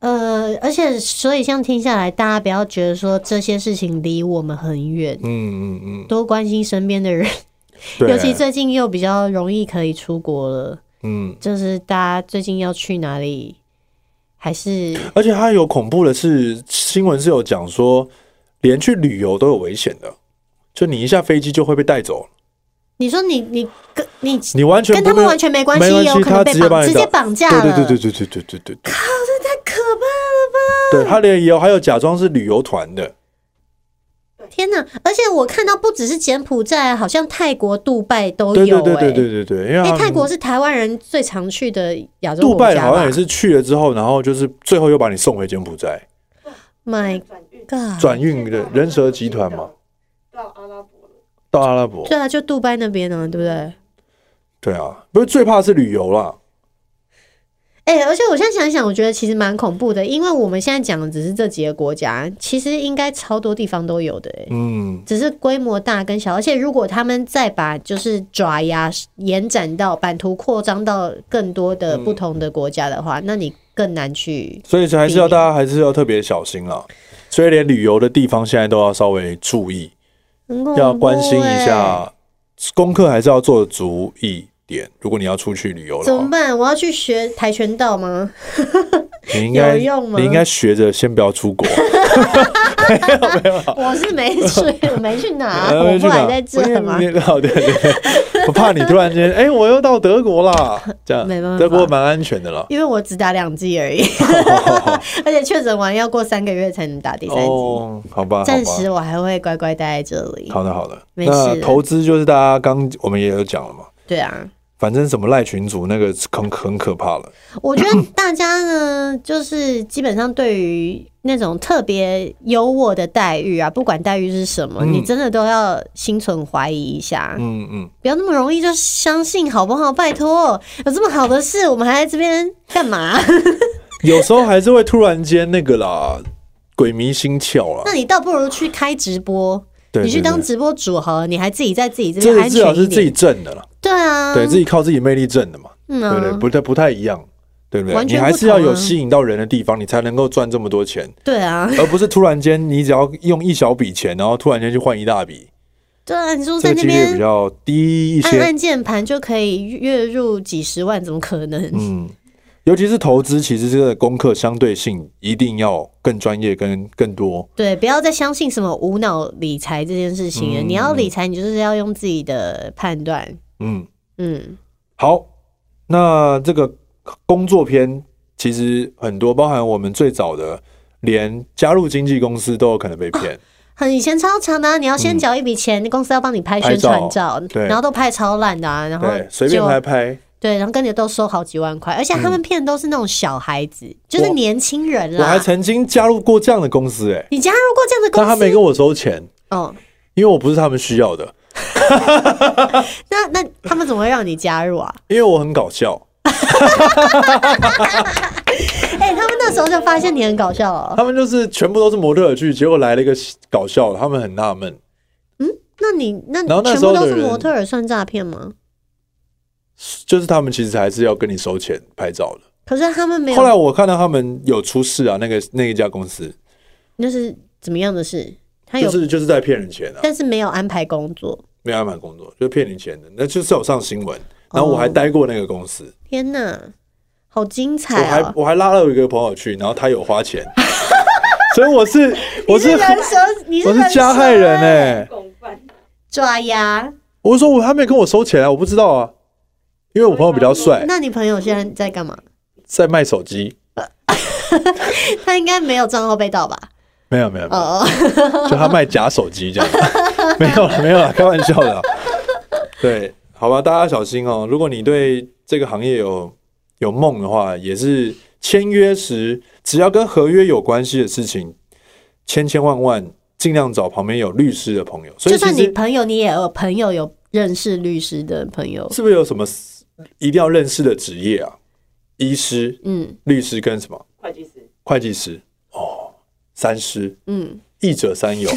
Speaker 1: 呃，而且所以像听下来，大家不要觉得说这些事情离我们很远，
Speaker 2: 嗯嗯嗯，
Speaker 1: 多关心身边的人，
Speaker 2: 对，
Speaker 1: 尤其最近又比较容易可以出国了，
Speaker 2: 嗯，
Speaker 1: 就是大家最近要去哪里，还是
Speaker 2: 而且它有恐怖的是，新闻是有讲说，连去旅游都有危险的，就你一下飞机就会被带走，
Speaker 1: 你说你你跟你
Speaker 2: 你完全
Speaker 1: 跟他们
Speaker 2: 不
Speaker 1: 完全没关系，
Speaker 2: 没关系
Speaker 1: 有可能被
Speaker 2: 他直接把
Speaker 1: 绑
Speaker 2: 你
Speaker 1: 直接绑架了，
Speaker 2: 对对对对对对对对对，
Speaker 1: 太可怕了吧！
Speaker 2: 对他连有还有假装是旅游团的，
Speaker 1: 天哪！而且我看到不只是柬埔寨，好像泰国、杜拜都有、
Speaker 2: 对
Speaker 1: 欸。
Speaker 2: 对对对对对对，因为
Speaker 1: 哎、
Speaker 2: 他们
Speaker 1: 泰国是台湾人最常去的亚洲
Speaker 2: 杜
Speaker 1: 国
Speaker 2: 拜
Speaker 1: 家
Speaker 2: 好像
Speaker 1: 吧
Speaker 2: 也是去了之后，然后就是最后又把你送回柬埔寨，
Speaker 1: ？My
Speaker 3: 转运
Speaker 1: God！
Speaker 2: 转运的人蛇集团嘛，，
Speaker 3: 到阿拉伯了，
Speaker 2: 到阿拉伯。
Speaker 1: 对啊，就杜拜那边呢、对不对？
Speaker 2: 对啊，不是最怕是旅游啦，
Speaker 1: 哎、而且我现在想一想，我觉得其实蛮恐怖的，因为我们现在讲的只是这几个国家，其实应该超多地方都有的、哎。
Speaker 2: 嗯，
Speaker 1: 只是规模大跟小，而且如果他们再把就是爪牙延展到版图扩张到更多的
Speaker 2: 嗯
Speaker 1: 不同的国家的话，那你更难去。
Speaker 2: 所以还是要大家还是要特别小心啦。所以连旅游的地方现在都要稍微注意，
Speaker 1: 很恐怖
Speaker 2: 要关心一
Speaker 1: 欸。
Speaker 2: 下，功课还是要做足一点。如果你要出去旅游
Speaker 1: 怎
Speaker 2: 的话
Speaker 1: 么，办？我要去学跆拳道吗？
Speaker 2: 你应
Speaker 1: 有
Speaker 2: 该
Speaker 1: 用吗
Speaker 2: 你应该学着先不要出国，
Speaker 1: 我是没去，我没去哪，
Speaker 2: 呃
Speaker 1: 啊我
Speaker 2: 去
Speaker 1: 不
Speaker 2: 哪
Speaker 1: 还在这嘛。
Speaker 2: 你你好对对对， 我怕你突然间，哎、我又到德国啦，这样
Speaker 1: 没办法
Speaker 2: 德国蛮安全的 啦。
Speaker 1: 因为我只打两剂而已， 而且确诊完要过三个月才能打第三剂。
Speaker 2: 哦，好吧，好
Speaker 1: 暂
Speaker 2: 吧，
Speaker 1: 时我还会乖乖待在这里。
Speaker 2: 好的好的。
Speaker 1: 没事
Speaker 2: 那投资就是大家刚我们也有讲了嘛，
Speaker 1: 对啊，
Speaker 2: 反正什么赖群主那个很很可怕了。
Speaker 1: 我觉得大家呢，就是基本上对于那种特别优渥的待遇啊，不管待遇是什么，
Speaker 2: 嗯
Speaker 1: 你真的都要心存怀疑一下，
Speaker 2: 嗯嗯，
Speaker 1: 不要那么容易就相信，好不好？拜托，有这么好的事，我们还在这边干嘛？
Speaker 2: 有时候还是会突然间那个啦，鬼迷心窍啦。
Speaker 1: 那你倒不如去开直播，
Speaker 2: 对，
Speaker 1: 你去
Speaker 2: 对
Speaker 1: 当
Speaker 2: 对
Speaker 1: 直播主好了，你还自己在自己这
Speaker 2: 这
Speaker 1: 边
Speaker 2: 个
Speaker 1: 安
Speaker 2: 至少
Speaker 1: 全
Speaker 2: 是
Speaker 1: 一
Speaker 2: 自己
Speaker 1: 点，
Speaker 2: 挣的啦，
Speaker 1: 对啊，
Speaker 2: 对自己靠自己魅力挣的嘛，
Speaker 1: 嗯
Speaker 2: 对
Speaker 1: 啊
Speaker 2: 不对？不太不太一样，对不对？
Speaker 1: 完
Speaker 2: 你
Speaker 1: 全
Speaker 2: 还
Speaker 1: 不
Speaker 2: 是要
Speaker 1: 同
Speaker 2: 有
Speaker 1: 啊
Speaker 2: 吸引到人的地方，你才能够赚这么多钱。
Speaker 1: 对啊，
Speaker 2: 而不是突然间你只要用一小笔钱，然后突然间去换一大笔，
Speaker 1: 对啊，你说在
Speaker 2: 这个
Speaker 1: 那
Speaker 2: 几率比
Speaker 1: 边
Speaker 2: 较低一
Speaker 1: 按
Speaker 2: 些。
Speaker 1: 按键盘就可以月入几十万，怎么可能？
Speaker 2: 嗯，尤其是投资，其实这个功课相对性一定要更专业、跟更多。
Speaker 1: 对，不要再相信什么无脑理财这件事情了。
Speaker 2: 嗯
Speaker 1: 你要理财，你就是要用自己的判断。
Speaker 2: 嗯，
Speaker 1: 嗯，
Speaker 2: 好，那这个工作篇其实很多，包含我们最早的，连加入经纪公司都有可能被
Speaker 1: 啊
Speaker 2: 骗。
Speaker 1: 很以前超长的啊、你要先缴一笔钱，公司要帮你拍
Speaker 2: 拍
Speaker 1: 宣
Speaker 2: 照
Speaker 1: 传照，
Speaker 2: 嗯对
Speaker 1: 然后都拍超烂的、啊，然后
Speaker 2: 对，随便
Speaker 1: 就
Speaker 2: 拍拍，
Speaker 1: 对，然后跟你都收好几万块，而且他们骗的都是那种小孩子，就是
Speaker 2: 我
Speaker 1: 年轻人
Speaker 2: 我还
Speaker 1: 啦。
Speaker 2: 曾经加入过这样的公司、哎，
Speaker 1: 你加入过这样的
Speaker 2: 但他
Speaker 1: 公
Speaker 2: 没
Speaker 1: 司？
Speaker 2: 跟我收钱，
Speaker 1: 哦，
Speaker 2: 因为我不是他们需要的，
Speaker 1: 那那他们怎么会让你加入 啊？
Speaker 2: 因为我很搞笑。
Speaker 1: 哎、他们那时候就发现你很搞笑哦。
Speaker 2: 他们就是全部都是模特儿剧，结果来了一个搞笑的，他们很纳闷，
Speaker 1: 那你那
Speaker 2: 然后那
Speaker 1: 全
Speaker 2: 时候
Speaker 1: 部
Speaker 2: 的
Speaker 1: 都是
Speaker 2: 人
Speaker 1: 模特儿算诈骗吗？
Speaker 2: 就是他们其实还是要跟你收钱拍照的。
Speaker 1: 可是他们没有，
Speaker 2: 后来我看到他们有出事啊，那个那一家公司
Speaker 1: 那是怎么样的事？他有，
Speaker 2: 就是就是在骗人钱啊，
Speaker 1: 但是没有安排工作。
Speaker 2: 没有安排工作，就骗你钱的，那就是有上新
Speaker 1: 哦
Speaker 2: 闻。然后我还待过那个公司，
Speaker 1: 天哪，好精
Speaker 2: 我
Speaker 1: 彩
Speaker 2: 还
Speaker 1: 啊！
Speaker 2: 我还拉了一个朋友去，然后他有花钱，所以 我是我是
Speaker 1: 你人蛇，你
Speaker 2: 我
Speaker 1: 人
Speaker 2: 是
Speaker 1: 蛇
Speaker 2: 加害人哎、
Speaker 3: 共犯，
Speaker 1: 抓呀！
Speaker 2: 我说我他没跟我收钱啊，我不知道啊，因为我朋友比较帅，
Speaker 1: 那你朋友现在在干嘛？
Speaker 2: 在卖手机，
Speaker 1: 他应该没有账号被盗吧？
Speaker 2: 没有没有没有。
Speaker 1: 哦，
Speaker 2: 就他卖假手 机这样，没有了，没有了，开玩笑的啦。对，好吧，大家小心哦。如果你对这个行业有有梦的话，也是签约时，只要跟合约有关系的事情，千千万万尽量找旁边有律师的朋友。所以
Speaker 1: 就
Speaker 2: 其
Speaker 1: 算你
Speaker 2: 实
Speaker 1: 朋友，你也有朋友有认识律师的朋友。
Speaker 2: 是不是有什么一定要认识的职业啊？医师、
Speaker 1: 嗯
Speaker 2: 律师跟什么
Speaker 3: 会计师，
Speaker 2: 会计师？哦，三师。
Speaker 1: 嗯，
Speaker 2: 一者三友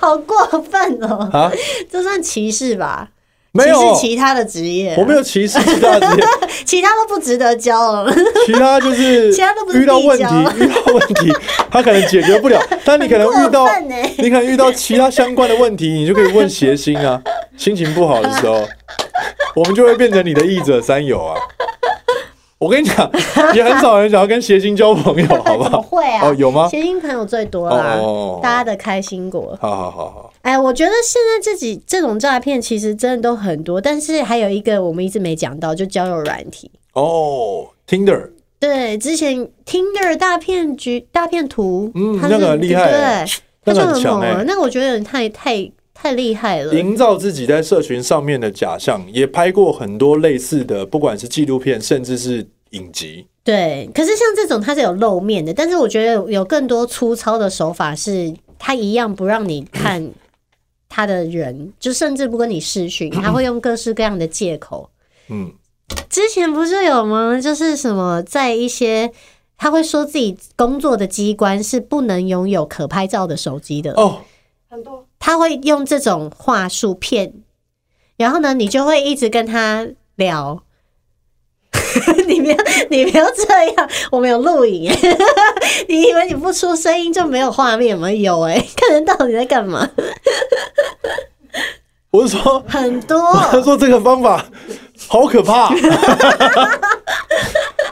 Speaker 1: 好过分哦！
Speaker 2: 啊，
Speaker 1: 这算歧视吧？
Speaker 2: 没有，
Speaker 1: 歧视其他的职业啊
Speaker 2: 我，没有歧视其他的职业，
Speaker 1: 其他都不值得交了。
Speaker 2: 其他就是
Speaker 1: 其他都不是
Speaker 2: 遇到问题
Speaker 1: 地交，
Speaker 2: 遇到问题，他可能解决不了，但你可能遇到
Speaker 1: 过分欸，
Speaker 2: 你可能遇到其他相关的问题，你就可以问谐星啊。心情不好的时候，我们就会变成你的益者三友啊。我跟你讲，也很少人想要跟谐星交朋友，好不
Speaker 1: 怎么
Speaker 2: 好？
Speaker 1: 会啊？
Speaker 2: 哦，有吗？
Speaker 1: 谐星朋友最多啦，
Speaker 2: 哦，
Speaker 1: 大家的开心果。
Speaker 2: 好好好好，
Speaker 1: 哎，我觉得现在自己这种诈骗其实真的都很多，但是还有一个我们一直没讲到，就交友软体。
Speaker 2: 哦，Tinder，
Speaker 1: 对，之前 Tinder 大骗局、大骗图，
Speaker 2: 嗯
Speaker 1: 它是
Speaker 2: 那个很厉害欸
Speaker 1: 对，
Speaker 2: 那
Speaker 1: 它就
Speaker 2: 个很
Speaker 1: 很
Speaker 2: 强
Speaker 1: 猛啊
Speaker 2: 哎、
Speaker 1: 了。那个我觉得有点太太太厉害了。
Speaker 2: 营造自己在社群上面的假象，也拍过很多类似的，不管是纪录片，甚至是影集。
Speaker 1: 对，可是像这种它是有露面的，但是我觉得有更多粗糙的手法是，它一样不让你看他的人，就甚至不跟你视讯，他会用各式各样的借口。
Speaker 2: 嗯，
Speaker 1: 之前不是有吗？就是什么在一些。他会说自己工作的机关是不能拥有可拍照的手机的，
Speaker 2: 哦，
Speaker 3: 很多
Speaker 1: 他会用这种话术骗，然后呢，你就会一直跟他聊。 你不要，你不要这样，我们有录影耶。 你以为你不出声音就没有画面吗？有哎、看得到你在干嘛？
Speaker 2: 我是说，
Speaker 1: 很 多，
Speaker 2: 他说这个方法好可 怕。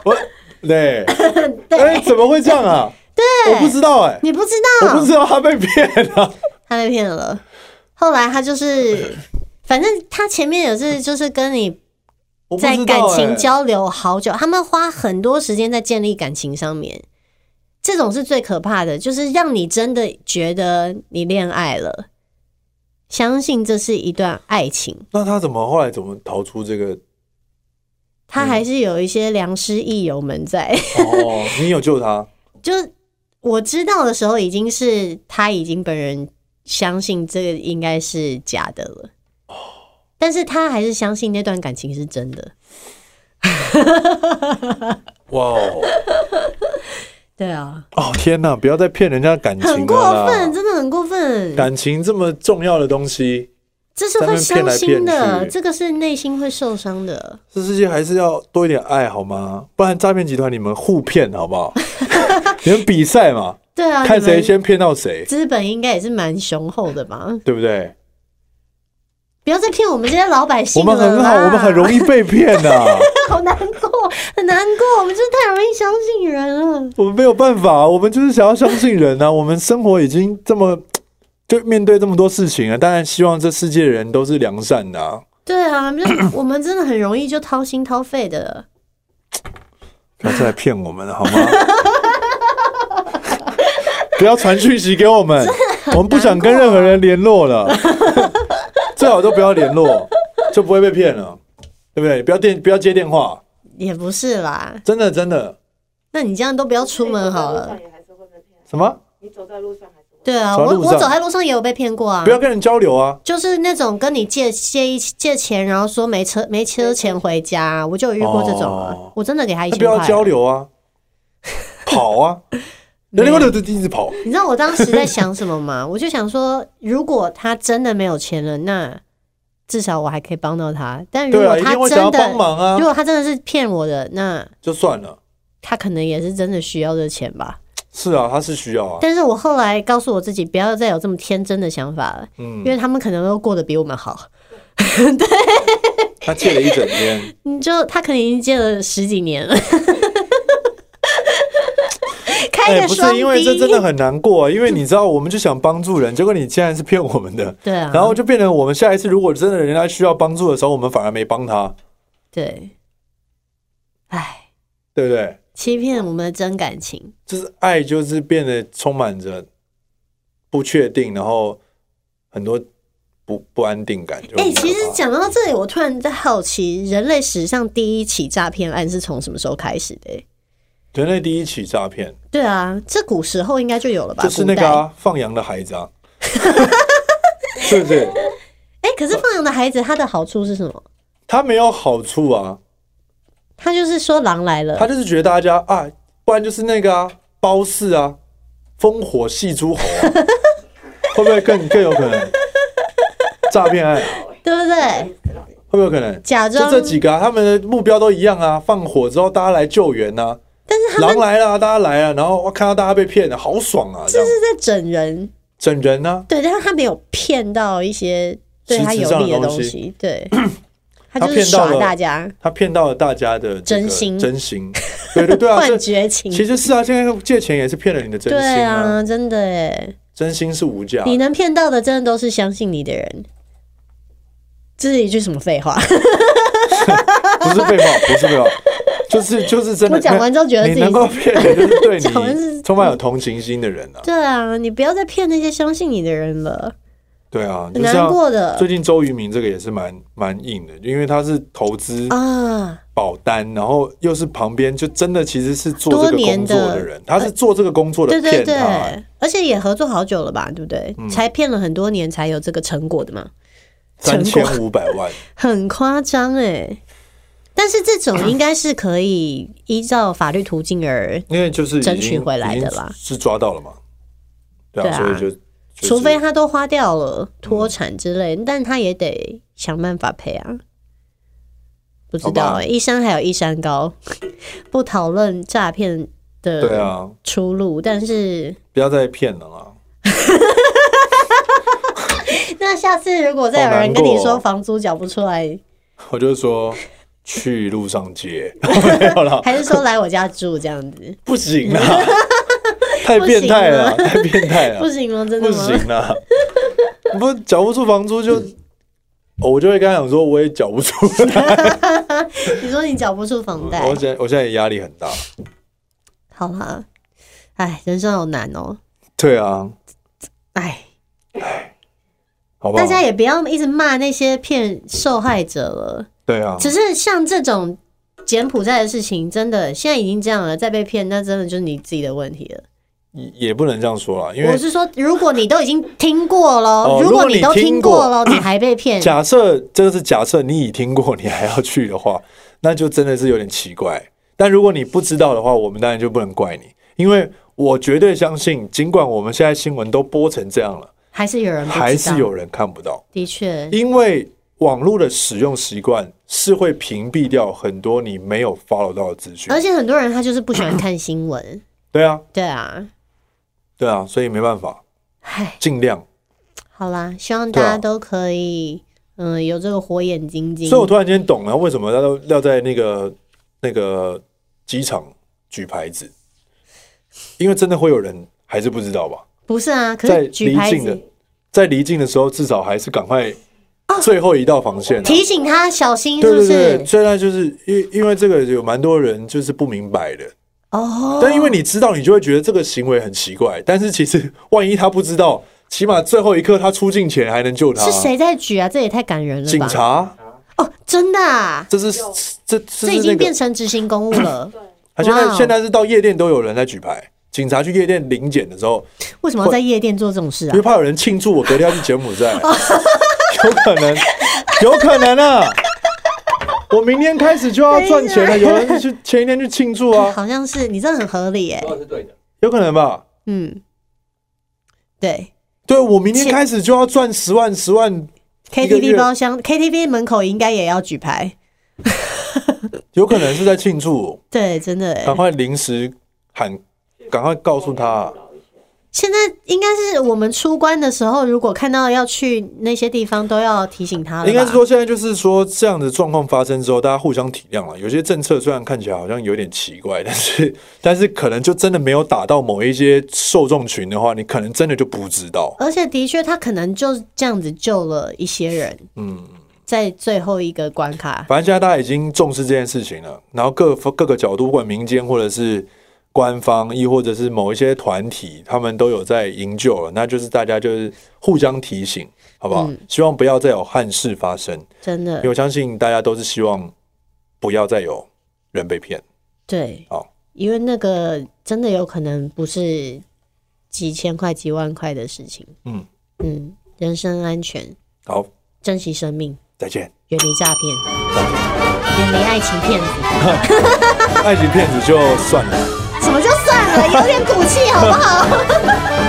Speaker 2: 我对，哎、
Speaker 1: 对，哦
Speaker 2: 怎么会这样啊？对，我不知道哎、
Speaker 1: 你不知
Speaker 2: 我不
Speaker 1: 道，
Speaker 2: 知道他被骗了、
Speaker 1: 他被骗了。后来他就是，反正他前面也是，就是跟你
Speaker 2: 我不
Speaker 1: 在
Speaker 2: 知道
Speaker 1: 感情
Speaker 2: 哎
Speaker 1: 交流好久，他们花很多时间在建立感情上面，这种是最可怕的，就是让你真的觉得你恋爱了，相信这是一段爱情，
Speaker 2: 那他怎么后来怎么逃出这 个？
Speaker 1: 他还是有一些良师益友们在。
Speaker 2: 哦，你有救他？
Speaker 1: 就是我知道的时候，已经是他已经本人相信这个应该是假的了，但是他还是相信那段感情是真的。
Speaker 2: 哇哦！
Speaker 1: 对啊，
Speaker 2: 哦天哪！不要再骗人家感情了
Speaker 1: 很
Speaker 2: 啦
Speaker 1: 过分，真的很过分。
Speaker 2: 感情这么重要的东西，
Speaker 1: 这是会伤
Speaker 2: 在那边
Speaker 1: 心
Speaker 2: 骗来
Speaker 1: 的，
Speaker 2: 骗去
Speaker 1: 这个是内心会受伤的。
Speaker 2: 这世界还是要多一点爱好吗？不然诈骗集团你们互骗好 不好？你们比赛嘛，
Speaker 1: 对啊，
Speaker 2: 看
Speaker 1: 你
Speaker 2: 谁
Speaker 1: 们
Speaker 2: 先骗到谁，
Speaker 1: 资本应该也是蛮雄厚的吧？
Speaker 2: 对不对？
Speaker 1: 不要再骗我们这些老百姓
Speaker 2: 我
Speaker 1: 了啦
Speaker 2: 们很好，我们很容易被骗的、
Speaker 1: 好难过，很难过，我们真的太容易相信人了。
Speaker 2: 我们没有办法，我们就是想要相信人啊。我们生活已经这么就面对这么多事情了，啊当然希望这世界的人都是良善的、啊。
Speaker 1: 对啊，就是我们真的很容易就掏心掏肺的。
Speaker 2: 不要再来骗我们了，好 吗？不要传讯息给我们，我们不想跟任何人联络 了，最好都不要联络，就不会被骗了，对不对？不要电，不要接电话，
Speaker 1: 也不是啦，
Speaker 2: 真的真的
Speaker 1: 那你这样都不要出门好了。
Speaker 3: 你走在路上也还是会被骗，
Speaker 2: 什么？
Speaker 1: 啊
Speaker 3: 你走在路上还是会。
Speaker 1: 对啊，
Speaker 2: 走
Speaker 1: 我
Speaker 2: 在路
Speaker 1: 我
Speaker 2: 上
Speaker 1: 走在路上也有被骗过啊
Speaker 2: 不，要跟人交流啊！
Speaker 1: 就是那种跟你借借一借钱，然后说没车没车钱回家，我就有遇过这种啊
Speaker 2: 哦。
Speaker 1: 我真的给他一
Speaker 2: 那
Speaker 1: 千
Speaker 2: 不
Speaker 1: 块
Speaker 2: 要
Speaker 1: 啊。
Speaker 2: 交流啊， 跑啊！
Speaker 1: 没
Speaker 2: 那
Speaker 1: 有
Speaker 2: 那个就一直跑，
Speaker 1: 你知道我当时在想什么吗？我就想说，如果他真的没有钱了，那至少我还可以帮到他。但如
Speaker 2: 对
Speaker 1: 果
Speaker 2: 啊，一
Speaker 1: 他
Speaker 2: 定会想要
Speaker 1: 真的，
Speaker 2: 帮忙
Speaker 1: 如果
Speaker 2: 啊，
Speaker 1: 他真的是骗我的，那
Speaker 2: 就算了。
Speaker 1: 他可能也是真的需要这钱吧。
Speaker 2: 是啊，他是需要啊，
Speaker 1: 但是我后来告诉我自己，不要再有这么天真的想法了，
Speaker 2: 嗯
Speaker 1: 因，为他们可能都过得比我们好。
Speaker 2: 他借了一 整天，
Speaker 1: 你就他可能已经借了十几年了。 开
Speaker 2: 哎，
Speaker 1: 个
Speaker 2: 不
Speaker 1: 双
Speaker 2: 是，因为这真的
Speaker 1: 逼，
Speaker 2: 很难 过啊，因为你知道，我们就想帮助人，结果你竟然是骗我们的，
Speaker 1: 对啊，
Speaker 2: 然后就变成我们下一次如果真的人家需要帮助的时候，我们反而没帮他，
Speaker 1: 对，哎，
Speaker 2: 对不对？
Speaker 1: 欺骗我们的真感情。
Speaker 2: 就是爱就是变得充满着不确定，然后很多不不安定感就很可
Speaker 1: 哎、
Speaker 2: 怕。
Speaker 1: 其实讲到这里，我突然在好奇，人类史上第一起诈骗案是从什么时候开始的、
Speaker 2: 人类第一起诈骗
Speaker 1: 对啊，这古时候应该就有了吧？
Speaker 2: 就是那个、
Speaker 1: 古代。
Speaker 2: 啊、放羊的孩子啊， 是不是？
Speaker 1: 哎、可是放羊的孩子，他的好处是什么？
Speaker 2: 他没有好处啊，
Speaker 1: 他就是说狼来了
Speaker 2: 他，就是觉得大家啊，不然就是那个啊，褒姒啊，烽火戏诸侯 啊、会不会更更有可能？诈骗案啊
Speaker 1: 对不对？
Speaker 2: 会不会有可能？
Speaker 1: 假
Speaker 2: 就
Speaker 1: 装，
Speaker 2: 这几个、啊，他们的目标都一样啊！放火之后，大家来救援呐、啊。
Speaker 1: 但是他
Speaker 2: 狼
Speaker 1: 们
Speaker 2: 来了，大家来啊了，然后哇，看到大家被骗了，好爽啊！这样
Speaker 1: 这是在整人，
Speaker 2: 整人啊呢、
Speaker 1: 对，但是他没有骗到一些对他
Speaker 2: 实质
Speaker 1: 有
Speaker 2: 上的
Speaker 1: 利的
Speaker 2: 东
Speaker 1: 东
Speaker 2: 西
Speaker 1: 西， 对，他
Speaker 2: 他
Speaker 1: 就是
Speaker 2: 骗到
Speaker 1: 耍
Speaker 2: 了啊
Speaker 1: 大家，
Speaker 2: 他骗到了大家的这个
Speaker 1: 真心
Speaker 2: 真心，对对 对啊！
Speaker 1: 幻
Speaker 2: 这
Speaker 1: 觉情，
Speaker 2: 其实是啊，现在借钱也是骗了你的真
Speaker 1: 对
Speaker 2: 心啊，
Speaker 1: 啊，真的哎，
Speaker 2: 真心是无价的。
Speaker 1: 你能骗到的，真的都是相信你的人。这是一句什么废话？
Speaker 2: 不是被冒，不是被冒，就是就是真的。
Speaker 1: 我讲完之后觉得自
Speaker 2: 你
Speaker 1: 己
Speaker 2: 能 够骗人，就是对
Speaker 1: 讲完是
Speaker 2: 你充满有同情心的人啊。
Speaker 1: 对啊，你不要再骗那些相信你的人了，
Speaker 2: 对啊，
Speaker 1: 很
Speaker 2: 就
Speaker 1: 难
Speaker 2: 像
Speaker 1: 过的
Speaker 2: 最近周渝民这个也是蛮蛮硬的，因为他是投资
Speaker 1: 啊。
Speaker 2: 保单，然后又是旁边就真的其实是做这个
Speaker 1: 多年
Speaker 2: 工作
Speaker 1: 的
Speaker 2: 的人，他是做这个工作的
Speaker 1: 对对
Speaker 2: 骗
Speaker 1: 对
Speaker 2: 他、嗯欸，，
Speaker 1: 而且也合作好久了吧，对不对？才骗了很多年才有这个成果的嘛，
Speaker 2: 三
Speaker 1: 成果
Speaker 2: 千五百万。
Speaker 1: 很夸张哎。但是这种应该是可以依照法律途径而，
Speaker 2: 因为就是已经
Speaker 1: 争取回来的啦
Speaker 2: 已经是抓到了嘛，对啊，
Speaker 1: 对啊
Speaker 2: 所以就、就是
Speaker 1: 除非他都花掉了脱产之类，
Speaker 2: 嗯
Speaker 1: 但他也得想办法赔啊。不知道
Speaker 2: 好吧
Speaker 1: 欸，一山还有一山高， 不讨论诈骗
Speaker 2: 对
Speaker 1: 的
Speaker 2: 啊，
Speaker 1: 出路，但是
Speaker 2: 不要再骗了啦。
Speaker 1: 那下次如果再
Speaker 2: 哦
Speaker 1: 有人跟你说房租缴不出来，
Speaker 2: 我就说去路上接， 没有啦，
Speaker 1: 还是说来我家住这样子，
Speaker 2: 不 行啦，太变态了，太变态
Speaker 1: 不
Speaker 2: 了，
Speaker 1: 行吗？真的
Speaker 2: 不
Speaker 1: 吗？
Speaker 2: 行啦，不缴不出房租就。哦我就会跟他讲说，我也缴不出来，
Speaker 1: 你说你缴不出房贷
Speaker 2: 我，现在我现在也压力很大。
Speaker 1: 好啦，哎，人生好难哦、
Speaker 2: 对啊，
Speaker 1: 哎，
Speaker 2: 好不好
Speaker 1: 大？家也不要一直骂那些骗受害者了。
Speaker 2: 对啊，
Speaker 1: 只是像这种柬埔寨的事情，真的现在已经这样了，再被骗，那真的就是你自己的问题了。
Speaker 2: 也也不能这样说啦，因
Speaker 1: 我
Speaker 2: 为
Speaker 1: 是说，如果你都已经听过了，
Speaker 2: 哦
Speaker 1: 如
Speaker 2: 如
Speaker 1: 果
Speaker 2: 果
Speaker 1: 你
Speaker 2: 你
Speaker 1: 都听
Speaker 2: 听
Speaker 1: 过
Speaker 2: 过
Speaker 1: 了，你还被骗，
Speaker 2: 假设这个是假设，你已听过，你还要去的话， 那就真的是有点奇怪。但如果你不知道的话，我们当然就不能怪你，因为我绝对相信，尽管我们现在新闻都播成这样了，
Speaker 1: 还是有人不知道
Speaker 2: 还是有人看不到，
Speaker 1: 的确，
Speaker 2: 因为网络的使用习惯是会屏蔽掉很多你没有 follow 到的资讯
Speaker 1: 而。且很多人他就是不喜欢看新 闻，
Speaker 2: 对啊，
Speaker 1: 对啊，
Speaker 2: 对啊，所以没办法，
Speaker 1: 唉，
Speaker 2: 尽量。
Speaker 1: 好啦，希望大
Speaker 2: 对啊
Speaker 1: 家都可以，嗯、有这个火眼金睛
Speaker 2: 所以。我突然间懂了为什么要要在那个那个机场举牌子，因为真的会有人还是不知道吧？
Speaker 1: 不是啊，可
Speaker 2: 在
Speaker 1: 是举
Speaker 2: 离
Speaker 1: 牌
Speaker 2: 境的
Speaker 1: 子，
Speaker 2: 在离境的时候，至少还是赶快最后一道防线、啊。
Speaker 1: 哦提醒他小心，是
Speaker 2: 对
Speaker 1: 不
Speaker 2: 对
Speaker 1: 是？
Speaker 2: 对，虽然就是因因为这个有蛮多人就是不明白的，
Speaker 1: 哦，
Speaker 2: 但因为你知道，你就会觉得这个行为很奇怪。但是其实万一他不知道，起码最后一刻他出境前还能救他啊。
Speaker 1: 是谁在举啊？这也太感人了吧！
Speaker 2: 警察，
Speaker 4: 啊，
Speaker 1: 哦，真的啊，
Speaker 2: 这是这这
Speaker 1: 这
Speaker 2: 是
Speaker 1: 已
Speaker 2: 那
Speaker 1: 经
Speaker 2: 个
Speaker 1: 变成执行公务 了。
Speaker 3: 对，
Speaker 2: 他啊现在、
Speaker 1: 哇哦
Speaker 2: 现在是到夜店都有人在举牌，警察去夜店临检的时候，
Speaker 1: 为什么要在夜店做这种事
Speaker 2: 因
Speaker 1: 啊
Speaker 2: 为？怕有人庆祝我隔天要去柬 埔寨，有可能，有可能啊！我明天开始就要赚钱了，有人去前一天去庆祝啊，
Speaker 1: 哎好像是你这很合理哎、
Speaker 4: 说的是对的，
Speaker 2: 有可能吧？
Speaker 1: 嗯，对
Speaker 2: 对，我明天
Speaker 1: 切
Speaker 2: 开始就要赚十万、十万，一个
Speaker 1: ，KTV
Speaker 2: 月
Speaker 1: 包厢、KTV 门口应该也要举牌，
Speaker 2: 有可能是在庆祝，
Speaker 1: 对，真的哎、
Speaker 2: 赶快临时喊，赶快告诉他、啊
Speaker 1: 现在应该是我们出关的时候，如果看到要去那些地方，都要提醒他了吧。
Speaker 2: 应该是说，现在就是说这样的状况发生之后，大家互相体谅了。有些政策虽然看起来好像有点奇怪，但是 但是可能就真的没有打到某一些受众群的话，你可能真的就不知道。
Speaker 1: 而且的确，他可能就这样子救了一些人。嗯，在最后一个关卡，
Speaker 2: 反正现在大家已经重视这件事情了，然后各各个角度，不管民间或者是官方，亦或者是某一些团体，他们都有在营救了。那就是大家就是互相提醒，好不好？希望不要再有憾事发生，
Speaker 1: 真
Speaker 2: 因为
Speaker 1: 的
Speaker 2: 我相信大家都是希望不要再有人被骗。
Speaker 1: 对
Speaker 2: 好，
Speaker 1: 因为那个真的有可能不是几千块、几万块的事情。
Speaker 2: 嗯
Speaker 1: 嗯，人身安全，
Speaker 2: 好，
Speaker 1: 珍惜生命，
Speaker 2: 再见。
Speaker 1: 远离诈骗，远离爱情骗子，
Speaker 2: 爱情骗子就算了，
Speaker 1: 什么就算了。了，有点骨气好不好？